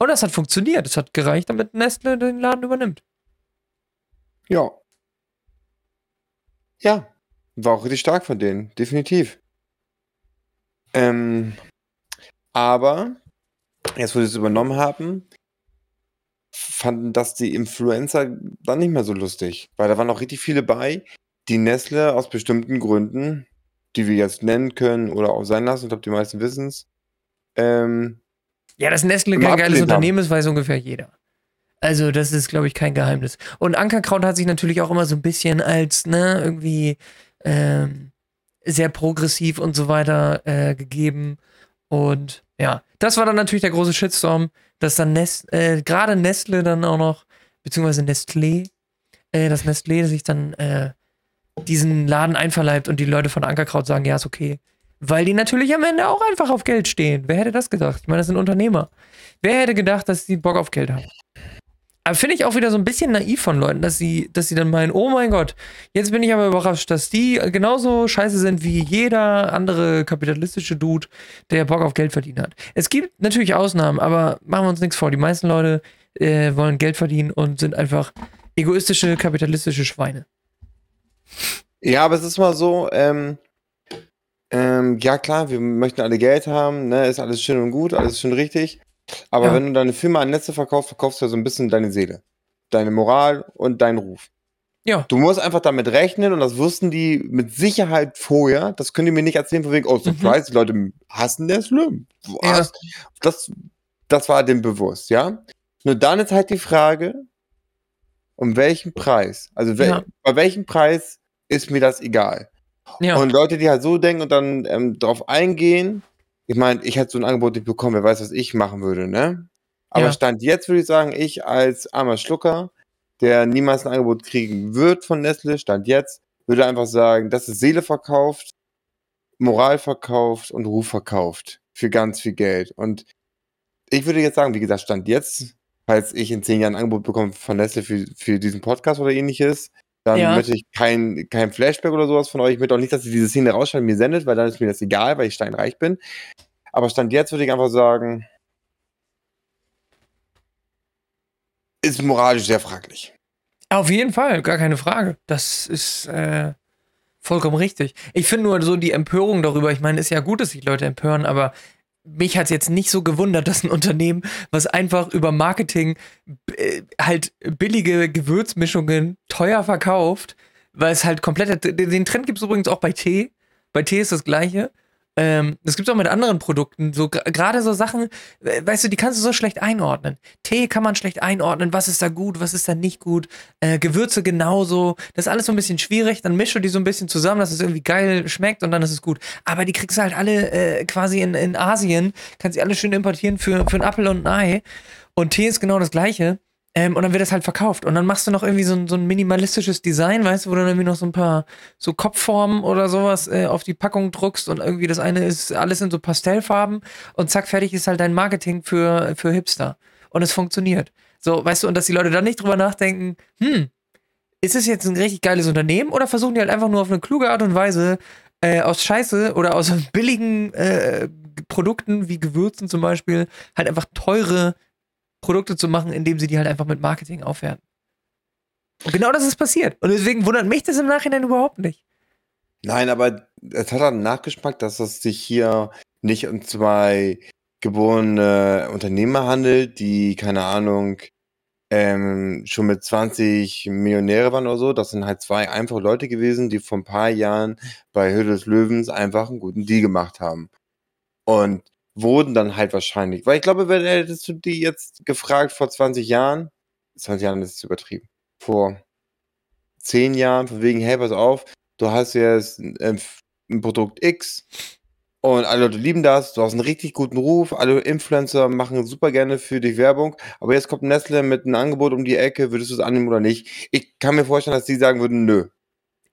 Und das hat funktioniert. Es hat gereicht, damit Nestle den Laden übernimmt.
Ja. Ja. War auch richtig stark von denen, definitiv. Ähm, aber, jetzt wo sie es übernommen haben, fanden das die Influencer dann nicht mehr so lustig. Weil da waren auch richtig viele bei, die Nestle aus bestimmten Gründen, die wir jetzt nennen können oder auch sein lassen, ich glaube, die meisten wissen es, ähm,
Ja, dass Nestle kein
Immer
geiles
abgelehnt haben.
Unternehmen ist, weiß ungefähr jeder. Also, das ist, glaube ich, kein Geheimnis. Und Ankerkraut hat sich natürlich auch immer so ein bisschen als, ne, irgendwie ähm, sehr progressiv und so weiter äh, gegeben. Und ja, das war dann natürlich der große Shitstorm, dass dann Nest, äh, gerade Nestle dann auch noch, beziehungsweise Nestlé, äh, dass Nestlé sich dann äh, diesen Laden einverleibt und die Leute von Ankerkraut sagen, ja, ist okay. Weil die natürlich am Ende auch einfach auf Geld stehen. Wer hätte das gedacht? Ich meine, das sind Unternehmer. Wer hätte gedacht, dass die Bock auf Geld haben? Aber finde ich auch wieder so ein bisschen naiv von Leuten, dass sie, dass sie dann meinen, oh mein Gott, jetzt bin ich aber überrascht, dass die genauso scheiße sind wie jeder andere kapitalistische Dude, der Bock auf Geld verdienen hat. Es gibt natürlich Ausnahmen, aber machen wir uns nichts vor. Die meisten Leute äh, wollen Geld verdienen und sind einfach egoistische, kapitalistische Schweine.
Ja, aber es ist mal so, ähm, ähm, ja klar, wir möchten alle Geld haben, ne, ist alles schön und gut, alles schön richtig. Aber
Ja.
wenn du deine Firma an Netze verkaufst, verkaufst du ja so ein bisschen deine Seele, deine Moral und deinen Ruf.
Ja.
Du musst einfach damit rechnen und das wussten die mit Sicherheit vorher. Das können die mir nicht erzählen von wegen,
Mhm.
oh, Surprise, die Leute hassen Nestle. Was? Das, das war dem bewusst, ja. Nur dann ist halt die Frage, um welchen Preis? Also wel
Ja.
bei welchem Preis ist mir das egal.
Ja.
Und Leute, die halt so denken und dann ähm, drauf eingehen, ich meine, ich hätte so ein Angebot nicht bekommen, wer weiß, was ich machen würde, ne? Aber
Ja.
Stand jetzt würde ich sagen, ich als armer Schlucker, der niemals ein Angebot kriegen wird von Nestle, Stand jetzt, würde einfach sagen, das ist Seele verkauft, Moral verkauft und Ruf verkauft für ganz viel Geld. Und ich würde jetzt sagen, wie gesagt, Stand jetzt, falls ich in zehn Jahren ein Angebot bekomme von Nestle für, für diesen Podcast oder ähnliches, dann
Ja.
möchte ich kein, kein Flashback oder sowas von euch. Ich möchte auch nicht, dass ihr diese Szene rausschneidet und mir sendet, weil dann ist mir das egal, weil ich steinreich bin. Aber Stand jetzt würde ich einfach sagen, ist moralisch sehr fraglich.
Auf jeden Fall, gar keine Frage. Das ist äh, Vollkommen richtig. Ich finde nur so die Empörung darüber, ich meine, ist ja gut, dass sich Leute empören, aber mich hat es jetzt nicht so gewundert, dass ein Unternehmen, was einfach über Marketing äh, halt billige Gewürzmischungen teuer verkauft, weil es halt komplett, den den Trend gibt es übrigens auch bei Tee. Bei Tee ist das gleiche. Ähm, das gibt es auch mit anderen Produkten. So gra- gerade so Sachen, äh, weißt du, die kannst du so schlecht einordnen. Tee kann man schlecht einordnen, was ist da gut, was ist da nicht gut. Äh, Gewürze genauso. Das ist alles so ein bisschen schwierig. Dann mischst du die so ein bisschen zusammen, dass es irgendwie geil schmeckt und dann ist es gut. Aber die kriegst du halt alle äh, quasi in, in Asien, kannst die alle schön importieren für, für einen Apfel und ein Ei. Und Tee ist genau das gleiche. Ähm, und dann wird das halt verkauft. Und dann machst du noch irgendwie so ein, so ein minimalistisches Design, weißt du, wo du dann irgendwie noch so ein paar so Kopfformen oder sowas äh, auf die Packung druckst und irgendwie das eine ist alles in so Pastellfarben und zack, fertig ist halt dein Marketing für, für Hipster. Und es funktioniert. So, weißt du, und dass die Leute dann nicht drüber nachdenken, hm, ist es jetzt ein richtig geiles Unternehmen oder versuchen die halt einfach nur auf eine kluge Art und Weise äh, aus Scheiße oder aus billigen äh, Produkten wie Gewürzen zum Beispiel halt einfach teure Produkte zu machen, indem sie die halt einfach mit Marketing aufwerten. Und genau das ist passiert. Und deswegen wundert mich das im Nachhinein überhaupt nicht.
Nein, aber es hat einen Nachgeschmack, dass es sich hier nicht um zwei geborene Unternehmer handelt, die, keine Ahnung, ähm, schon mit 20 Millionäre waren oder so. Das sind halt zwei einfache Leute gewesen, die vor ein paar Jahren bei Höhle des Löwens einfach einen guten Deal gemacht haben. Und wurden dann halt wahrscheinlich, weil ich glaube, wenn hättest du die jetzt gefragt vor 20 Jahren, 20 Jahren ist es übertrieben, vor 10 Jahren, von wegen, hey, pass auf, du hast jetzt ein, ein Produkt X und alle Leute lieben das, du hast einen richtig guten Ruf, alle Influencer machen super gerne für dich Werbung, aber jetzt kommt Nestle mit einem Angebot um die Ecke, würdest du es annehmen oder nicht? Ich kann mir vorstellen, dass die sagen würden, nö.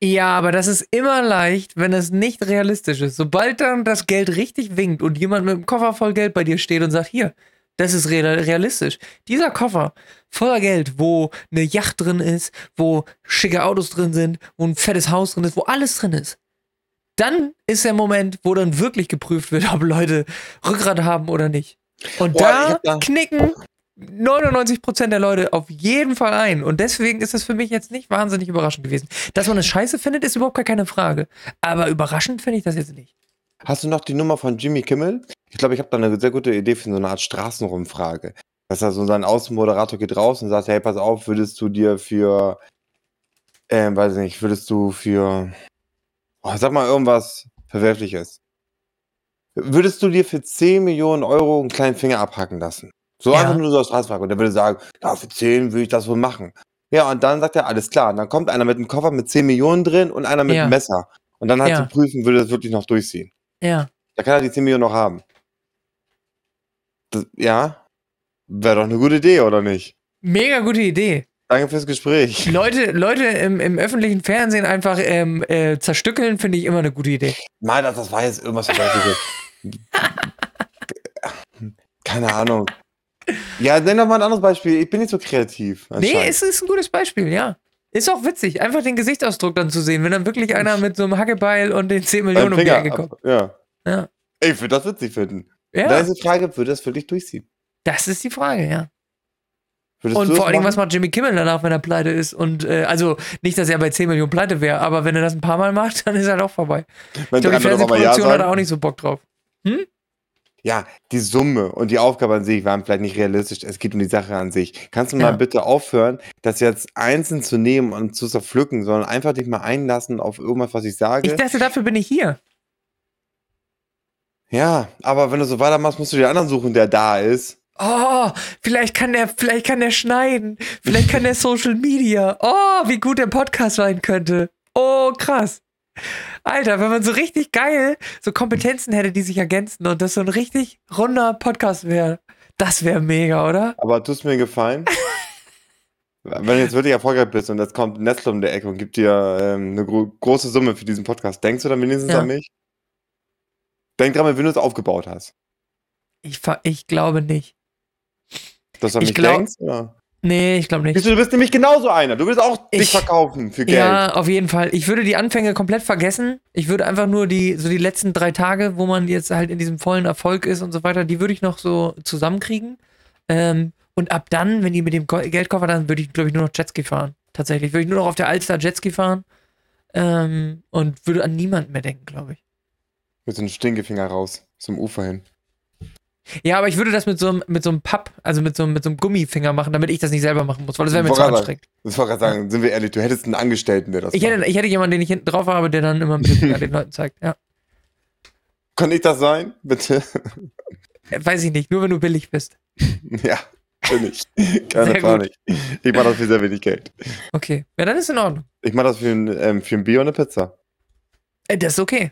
Ja, aber das ist immer leicht, wenn es nicht realistisch ist. Sobald dann das Geld richtig winkt und jemand mit einem Koffer voll Geld bei dir steht und sagt, hier, das ist real- realistisch. Dieser Koffer voller Geld, wo eine Yacht drin ist, wo schicke Autos drin sind, wo ein fettes Haus drin ist, wo alles drin ist. Dann ist der Moment, wo dann wirklich geprüft wird, ob Leute Rückgrat haben oder nicht. Und
Boah, ich
da,
hab da-
knicken 99% der Leute auf jeden Fall ein. Und deswegen ist es für mich jetzt nicht wahnsinnig überraschend gewesen. Dass man es scheiße findet, ist überhaupt gar keine Frage. Aber überraschend finde ich das jetzt nicht.
Hast du noch die Nummer von Jimmy Kimmel? Ich glaube, ich habe da eine sehr gute Idee für so eine Art Straßenrumfrage. Dass da so sein Außenmoderator geht raus und sagt, hey, pass auf, würdest du dir für, ähm, weiß ich nicht, würdest du für, oh, sag mal irgendwas Verwerfliches. Würdest du dir für 10 Millionen Euro einen kleinen Finger abhacken lassen? So
Ja.
einfach nur so als Straßenfrage. Und der würde sagen, ja, für 10 würde ich das wohl machen. Ja, und dann sagt er, alles klar. Und dann kommt einer mit einem Koffer mit 10 Millionen drin und einer mit
Ja.
einem Messer. Und dann hat
Ja.
zu prüfen, würde das wirklich noch durchziehen.
Ja.
Da kann er die 10 Millionen noch haben. Das, ja, wäre doch eine gute Idee, oder nicht?
Mega gute Idee.
Danke fürs Gespräch.
Leute, Leute im, im öffentlichen Fernsehen einfach ähm, äh, zerstückeln, finde ich immer eine gute Idee.
Mal, dass das war jetzt irgendwas Vergleichliches. Keine Ahnung. Ja, nenn doch mal ein anderes Beispiel. Ich bin nicht so kreativ.
Nee,
anscheinend.
es ist ein gutes Beispiel, ja. Ist auch witzig, einfach den Gesichtsausdruck dann zu sehen, wenn dann wirklich einer mit so einem Hackebeil und den 10
Beim
Millionen um die
Finger
Ecke kommt.
ab- Ja.
Ja.
Ich würde das witzig finden. Dann
Ja,
ist die Frage, würde das wirklich durchziehen?
das ist die Frage, ja.
Würdest
Und
du das
vor allen Dingen, was
machen?
macht Jimmy Kimmel danach, wenn er pleite ist? Und äh, also nicht, dass er bei 10 Millionen pleite wäre, aber wenn er das ein paar Mal macht, dann ist er halt auch vorbei.
Wenn
Ich glaube, die
drei Leute auf einmal
Fernsehproduktion hat er
sagen?
auch nicht so Bock drauf.
Ja, die Summe und die Aufgabe an sich waren vielleicht nicht realistisch. Es geht um die Sache an sich. Kannst du
Ja.
mal bitte aufhören, das jetzt einzeln zu nehmen und zu zerpflücken, sondern einfach dich mal einlassen auf irgendwas, was ich sage?
Ich dachte, dafür bin ich hier.
ja, aber wenn du so weitermachst, musst du den anderen suchen, der da ist.
Oh, vielleicht kann der, vielleicht kann der schneiden. Vielleicht kann der Social Media. Oh, wie gut der Podcast sein könnte. Oh, krass. Alter, wenn man so richtig geil so Kompetenzen hätte, die sich ergänzen und das so ein richtig runder Podcast wäre, das wäre mega, oder?
Aber tust mir einen Gefallen. wenn du jetzt wirklich erfolgreich bist und jetzt kommt Nestle um der Ecke und gibt dir ähm, eine gro große Summe für diesen Podcast, denkst du dann wenigstens
Ja.
an mich? Denk dran, wenn du es aufgebaut hast.
Ich, ver- ich glaube nicht.
Dass du an
Ich
mich
glaub-
denkst? Oder?
Nee, ich glaube nicht.
Siehst Du du bist nämlich genauso einer. Du willst auch dich
Ich-
verkaufen für Geld.
Ja, auf jeden Fall. Ich würde die Anfänge komplett vergessen. Ich würde einfach nur die, so die letzten drei Tage, wo man jetzt halt in diesem vollen Erfolg ist und so weiter, die würde ich noch so zusammenkriegen. Ähm, und ab dann, wenn die mit dem Ko- Geldkoffer dann, würde ich, glaube ich, nur noch Jetski fahren. Tatsächlich. Würde ich nur noch auf der Alster Jetski fahren. ähm, und würde an niemanden mehr denken, glaube ich.
Mit so einem Stinkefinger raus, zum Ufer hin.
Ja, aber ich würde das mit so einem, mit so einem Papp, also mit so, einem- mit so einem Gummifinger machen, damit ich das nicht selber machen muss, weil das wäre mir zu
Woran-
anstrengend.
Das wollte ich gerade sagen, sind wir ehrlich, du hättest einen Angestellten, der das
Ich hätte, ich hätte jemanden, den ich hinten drauf habe, der dann immer mit dem Finger den Leuten zeigt. Ja.
Kann ich das sein? Bitte?
Äh, Weiß ich nicht, nur wenn du billig bist.
ja, bin ich. Keine
Sehr gut.
Panik. Ich mache das für sehr wenig Geld.
Okay. Ja, dann ist in Ordnung.
Ich mache das für ein, ähm, für ein Bier und eine Pizza.
Äh, das ist okay.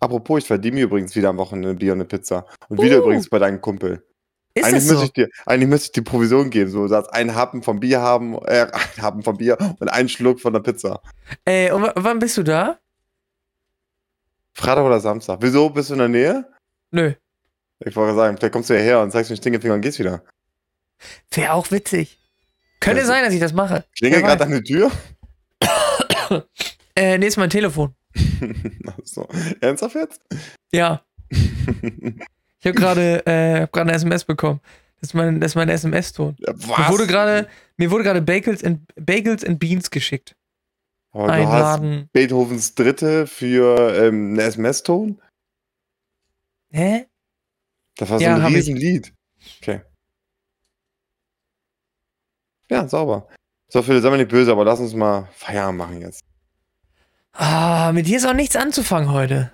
Apropos, ich verdiene mir übrigens wieder am Wochenende ein Bier und eine Pizza. Und wieder
Uh.
übrigens bei deinem Kumpel.
Ist
eigentlich,
das so?
müsste ich dir, eigentlich müsste ich dir Provision geben. So, du sagst, einen Happen vom Bier haben, äh, einen Happen vom Bier und einen Schluck von der Pizza.
Äh, und wa- wann bist du da?
Freitag oder Samstag. Wieso? Bist du in der Nähe?
Nö.
Ich wollte sagen, vielleicht kommst du hierher und zeigst mir den Stinkefinger und gehst wieder.
Wäre auch witzig. Könnte
Ja, so-
sein, dass ich das mache.
Klingelt
Wer
gerade deine Tür?
Äh, nee, ist mein Telefon.
Ach so. Ernsthaft jetzt?
Ja. Ich habe gerade äh, hab gerade eine SMS bekommen. Das ist mein, das ist mein SMS-Ton.
Ja,
Mir
Was?
wurde gerade mir wurde gerade Bagels and, Bagels and Beans geschickt.
Aber Oh, du
Ein
hast
Laden.
Beethovens Dritte für ähm, einen SMS-Ton?
Hä?
Das war so
Ja,
ein
hab ich.
Riesenlied. Okay. Ja, sauber. So, Philipp, sei mal nicht böse, aber lass uns mal Feierabend machen jetzt.
Ah, mit dir ist auch nichts anzufangen heute.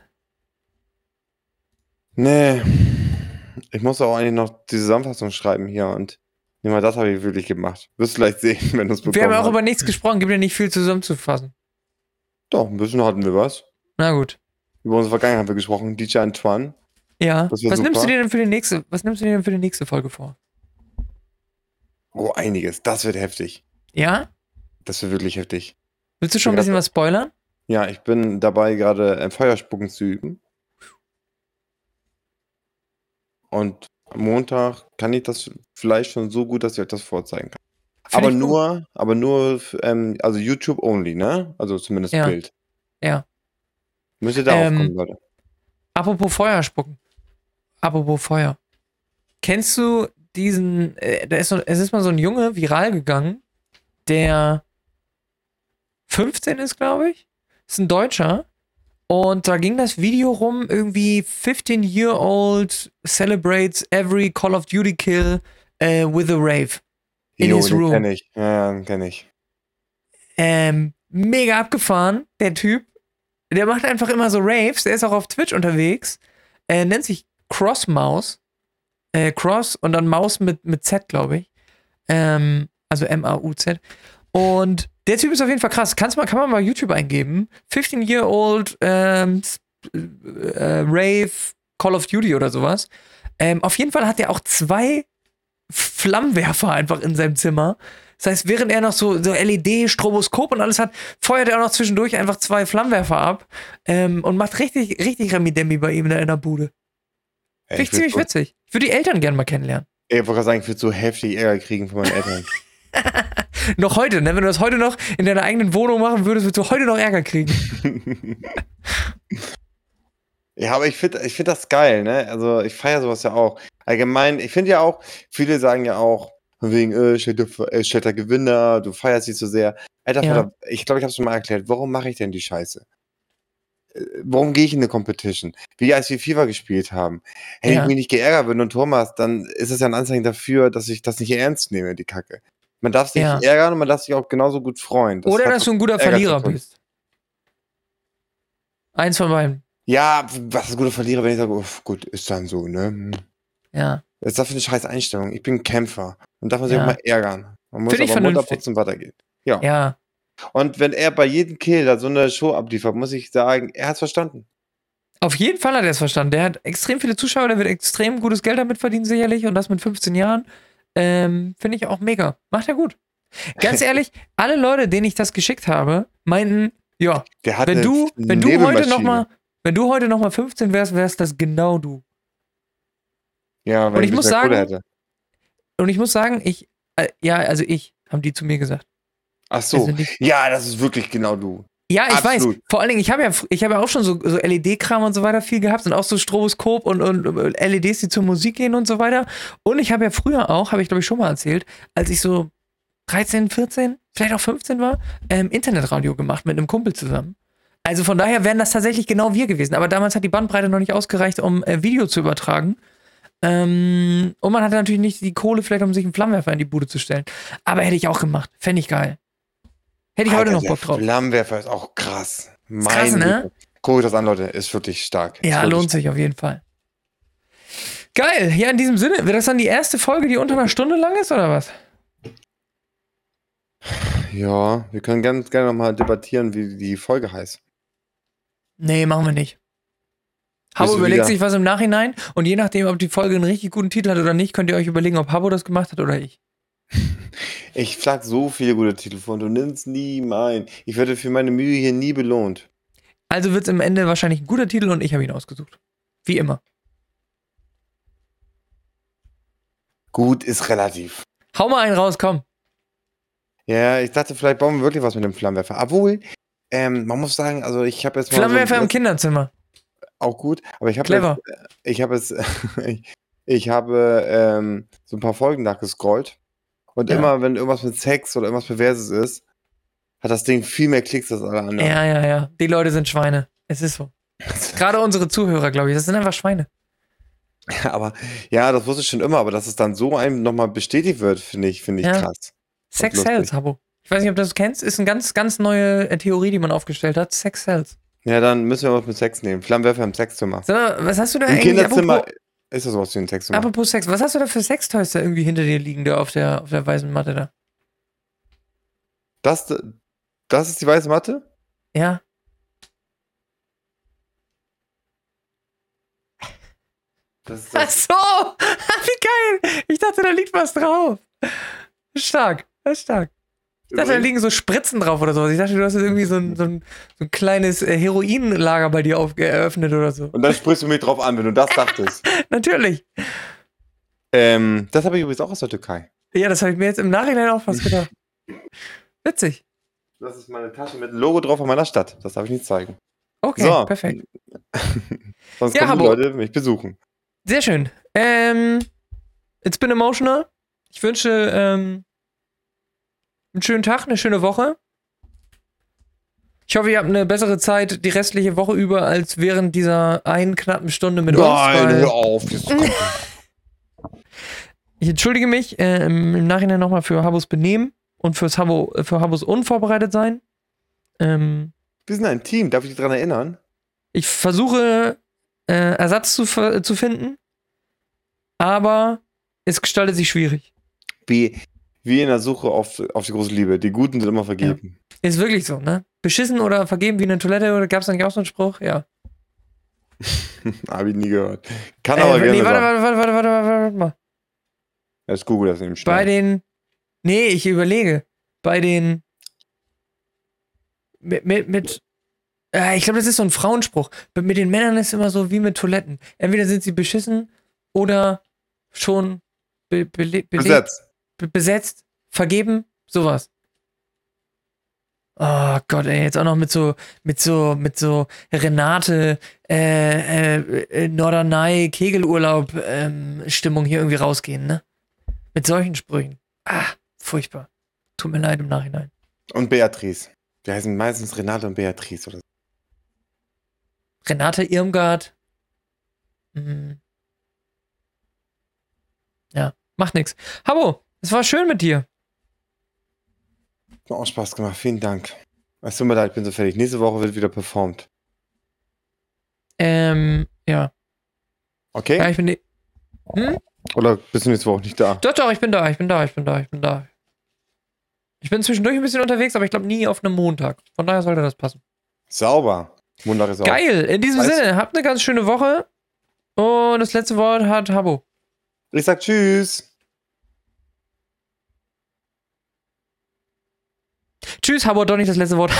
Nee. Ich muss auch eigentlich noch die Zusammenfassung schreiben hier und nicht mal das habe ich wirklich gemacht. Wirst du gleich sehen, wenn du es bekommst.
Wir haben ja auch über nichts gesprochen, gibt ja nicht viel zusammenzufassen.
Doch, ein bisschen hatten wir was.
Na gut.
Über unsere Vergangenheit haben wir gesprochen. DJ Antoine.
Ja. Was
Das wär
nimmst du
super.
dir denn für die nächste? Was nimmst du dir denn für die nächste Folge vor?
Oh, einiges. Das wird heftig.
Ja?
Das wird wirklich heftig.
Willst du schon ein
Ja,
bisschen was spoilern?
Ja, ich bin dabei, gerade äh, Feuerspucken zu üben. Und am Montag kann ich das vielleicht schon so gut, dass ich euch das vorzeigen kann.
Find
aber
ich gut.
nur, aber nur, f- ähm, also YouTube only, ne? Also zumindest
Ja.
Bild.
Ja.
Müsst ihr darauf
Ähm,
kommen, Leute.
Apropos Feuer spucken. Apropos Feuer. Kennst du diesen, äh, da ist so, es ist mal so ein Junge viral gegangen, der 15 ist, glaube ich. Ist ein Deutscher. Und da ging das Video rum, irgendwie 15-year-old celebrates every Call of Duty kill äh, with a rave. in
Jo,
his
den
room.
Kenn ich. Ja, ja, den kenn ich.
Ähm, mega abgefahren, der Typ. Der macht einfach immer so Raves. Der ist auch auf Twitch unterwegs. Äh, nennt sich Cross Mouse. Äh, Cross und dann Maus mit, mit Z, glaube ich. Ähm, also M-A-U-Z. Und der Typ ist auf jeden Fall krass. Kannst mal, kann man mal YouTube eingeben. 15-year-old ähm, s- äh, Rave Call of Duty oder sowas. Ähm, auf jeden Fall hat er auch zwei Flammenwerfer einfach in seinem Zimmer. Das heißt, während er noch so, so LED, Stroboskop und alles hat, feuert er auch noch zwischendurch einfach zwei Flammenwerfer ab ähm, und macht richtig, richtig Remi-Demi bei ihm da in der Bude.
Ey,
Finde ich
würd
ziemlich
so,
witzig. Ich würde die Eltern gerne mal kennenlernen.
Ey, Ich wollte gerade sagen, ich würde so heftig Ärger kriegen von meinen Eltern.
Noch heute, ne? Wenn du das heute noch in deiner eigenen Wohnung machen würdest, würdest du heute noch Ärger kriegen.
Ja, aber ich finde ich find das geil, ne? Also ich feiere sowas ja auch. Allgemein, ich finde ja auch, viele sagen ja auch, von wegen, äh, stellter, äh, stellter Gewinner, du feierst sie zu sehr. Alter,
Ja.
Vater, ich glaube, ich habe es schon mal erklärt, warum mache ich denn die Scheiße? Äh, Warum gehe ich in eine Competition? Wie als wir FIFA gespielt haben. Hätte
Ja.
ich mich nicht geärgert, wenn du ein Tor machst, dann ist das ja ein Anzeichen dafür, dass ich das nicht ernst nehme, die Kacke. Man darf sich
Ja.
nicht ärgern und man darf sich auch genauso gut freuen. Das
Oder
hat
dass du ein guter
Ärger zu
Verlierer
tun.
bist. Eins von beiden.
Ja, was ist ein guter Verlierer, wenn ich sage, uff, gut, ist dann so, ne? Hm.
Ja.
Was ist das für eine scheiß Einstellung? Ich bin ein Kämpfer. Und darf man sich
Ja.
auch mal ärgern. Man muss
Find ich
aber
vernünftig.
runterputzen und weitergehen.
Ja.
Und wenn er bei jedem Kill da so eine Show abliefert, muss ich sagen, er hat's verstanden.
Auf jeden Fall hat er es verstanden. Der hat extrem viele Zuschauer, der wird extrem gutes Geld damit verdienen, sicherlich. Und das mit 15 Jahren. Ähm, Finde ich auch mega. Macht er gut. Ganz ehrlich, alle Leute, denen ich das geschickt habe, meinten, ja,
Der hat
wenn
eine
du, wenn du heute
Nebelmaschine.
nochmal, wenn du heute noch mal 15 wärst, wärst das genau du.
Ja, wenn
Und ich
ein
muss
bisschen mehr
sagen-
Kohle hätte.
Und ich muss sagen, ich, äh, ja, also ich, haben die zu mir gesagt.
Ach so.
Also nicht,
ja, das ist wirklich genau du.
ja, ich
absolut.
weiß. Vor allen Dingen, ich habe ja, fr- ich habe ja auch schon so, so LED-Kram und so weiter viel gehabt und auch so Stroboskop und, und äh, LEDs, die zur Musik gehen und so weiter. Und ich habe ja früher auch, habe ich glaube ich schon mal erzählt, als ich so 13, 14, vielleicht auch 15 war, ähm, Internetradio gemacht mit einem Kumpel zusammen. Also von daher wären das tatsächlich genau wir gewesen. Aber damals hat die Bandbreite noch nicht ausgereicht, um äh, Video zu übertragen. Ähm, und man hatte natürlich nicht die Kohle, vielleicht um sich einen Flammenwerfer in die Bude zu stellen. Aber hätte ich auch gemacht. Fände ich geil. Hätte ich heute noch Bock drauf.
Flammenwerfer ist auch krass. Mein
krass, ne?
Güte. Guckt euch das an, Leute. Ist wirklich stark.
Ja,
ist wirklich
lohnt sich auf jeden Fall. Geil. Ja, in diesem Sinne, wird das dann die erste Folge, die unter einer Stunde lang ist, oder was?
stark. Ja, wir können ganz gerne nochmal debattieren, wie die Folge heißt.
Nee, machen wir nicht. Habo
du
überlegt
wieder-
sich was im Nachhinein und je nachdem, ob die Folge einen richtig guten Titel hat oder nicht, könnt ihr euch überlegen, ob Habo das gemacht hat oder ich.
Ich schlag so viele gute Titel vor und du nimmst nie meinen. Ich werde für meine Mühe hier nie belohnt.
Also wird es im Ende wahrscheinlich ein guter Titel und ich habe ihn ausgesucht. Wie immer.
Gut ist relativ.
Hau mal einen raus, komm.
Ja, ich dachte, vielleicht bauen wir wirklich was mit dem Flammenwerfer. Obwohl, ähm, man muss sagen, also ich habe jetzt mal.
Flammenwerfer
so,
im Kinderzimmer.
Auch gut, aber ich habe
Clever.
ich habe es, ich, ich habe ähm, so ein paar Folgen nachgescrollt. Und
Ja.
immer, wenn irgendwas mit Sex oder irgendwas Perverses ist, hat das Ding viel mehr Klicks als alle anderen.
Ja, ja, ja. Die Leute sind Schweine. Es ist so. Gerade unsere Zuhörer, glaube ich. Das sind einfach Schweine.
Aber ja, das wusste ich schon immer, aber dass es dann so einem nochmal bestätigt wird, finde ich, finde ich
Ja.
krass.
Sex
halt lustig.
Sells, Habo. Ich weiß nicht, ob du das kennst. Ist eine ganz, ganz neue äh, Theorie, die man aufgestellt hat. Sex Sells.
Ja, dann müssen wir was mit Sex nehmen. Flammenwerfer im Sexzimmer.
Sag mal, was hast du da
Im
eigentlich?
Kinderzimmer
Apropos,
ist das was wie ein Sexzimmer.
apropos Sex, was hast du da für Sextoys da irgendwie hinter dir liegen, da auf der, auf der weißen Matte da?
Das, das ist die weiße Matte?
Ja.
Das ist
Ach so! Wie geil! Ich dachte, da liegt was drauf. Stark. Das ist stark. Ich dachte, da liegen so Spritzen drauf oder sowas. Ich dachte, du hast jetzt irgendwie so ein, so ein, so ein kleines äh, Heroinlager bei dir auf, eröffnet oder so.
Und dann sprichst du mich drauf an, wenn du das dachtest.
Natürlich.
ähm, das habe ich übrigens auch aus der Türkei.
Ja, das habe ich mir jetzt im Nachhinein auch fast gedacht. Witzig.
Das ist meine Tasche mit einem Logo drauf von meiner Stadt. Das darf ich nicht zeigen.
Okay,
So.
perfekt.
Sonst
Ja,
kommen die
aber-
Leute mich besuchen.
Sehr schön. Ähm, it's been emotional. Ich wünsche ähm, einen schönen Tag, eine schöne Woche. Ich hoffe, ihr habt eine bessere Zeit die restliche Woche über als während dieser einen knappen Stunde mit uns. weil-
auf.
Ich entschuldige mich äh, im, im Nachhinein nochmal für Habos Benehmen und fürs Habo, äh, für Habos unvorbereitet sein. Ähm,
Wir sind ein Team, darf ich dich daran erinnern?
ich versuche äh, Ersatz zu, ver- zu finden, aber es gestaltet sich schwierig.
Wie, wie in der Suche auf, auf die große Liebe. Die Guten sind immer vergeben.
Ist wirklich so, ne? Beschissen oder vergeben wie eine Toilette oder gab es da nicht auch so einen Spruch? Ja.
Hab ich nie gehört. Kann
Äh,
aber
nee,
gerne
warte, warte,
sein.
warte, warte, warte, warte, warte mal.
Jetzt google das eben
Bei
schnell.
den. Nee, ich überlege. Bei den. Mit. mit, mit äh, ich glaube, das ist so ein Frauenspruch. Mit, mit den Männern ist immer so wie mit Toiletten. Entweder sind sie beschissen oder schon be, bele, belebt,
Besetzt.
be, besetzt, vergeben, sowas. Oh Gott, ey, jetzt auch noch mit so, mit so, mit so Renate, äh, äh, äh, Norderney, Kegelurlaub, ähm, Stimmung hier irgendwie rausgehen, ne? Mit solchen Sprüchen. Ah, furchtbar. Tut mir leid im Nachhinein.
Und Beatrice. Die heißen meistens Renate und Beatrice oder so.
Renate Irmgard. Hm. Ja, macht nix. Habo, es war schön mit dir.
Hat mir auch Spaß gemacht. Vielen Dank. Es tut mir leid, ich bin so fertig. Nächste Woche wird wieder performt.
Ähm, ja.
Okay?
Ja, ich bin. die-
Oder bist du nächste Woche nicht da?
Doch, doch, ich bin da, ich bin da, ich bin da, ich bin da. Ich bin zwischendurch ein bisschen unterwegs, aber ich glaube nie auf einem Montag. Von daher sollte das passen.
Sauber. Montag ist auch.
Geil, in diesem
Weißt du-
Sinne, habt eine ganz schöne Woche. Und das letzte Wort hat Habo.
Ich sag Tschüss.
Tschüss, Habo hat doch nicht das letzte Wort.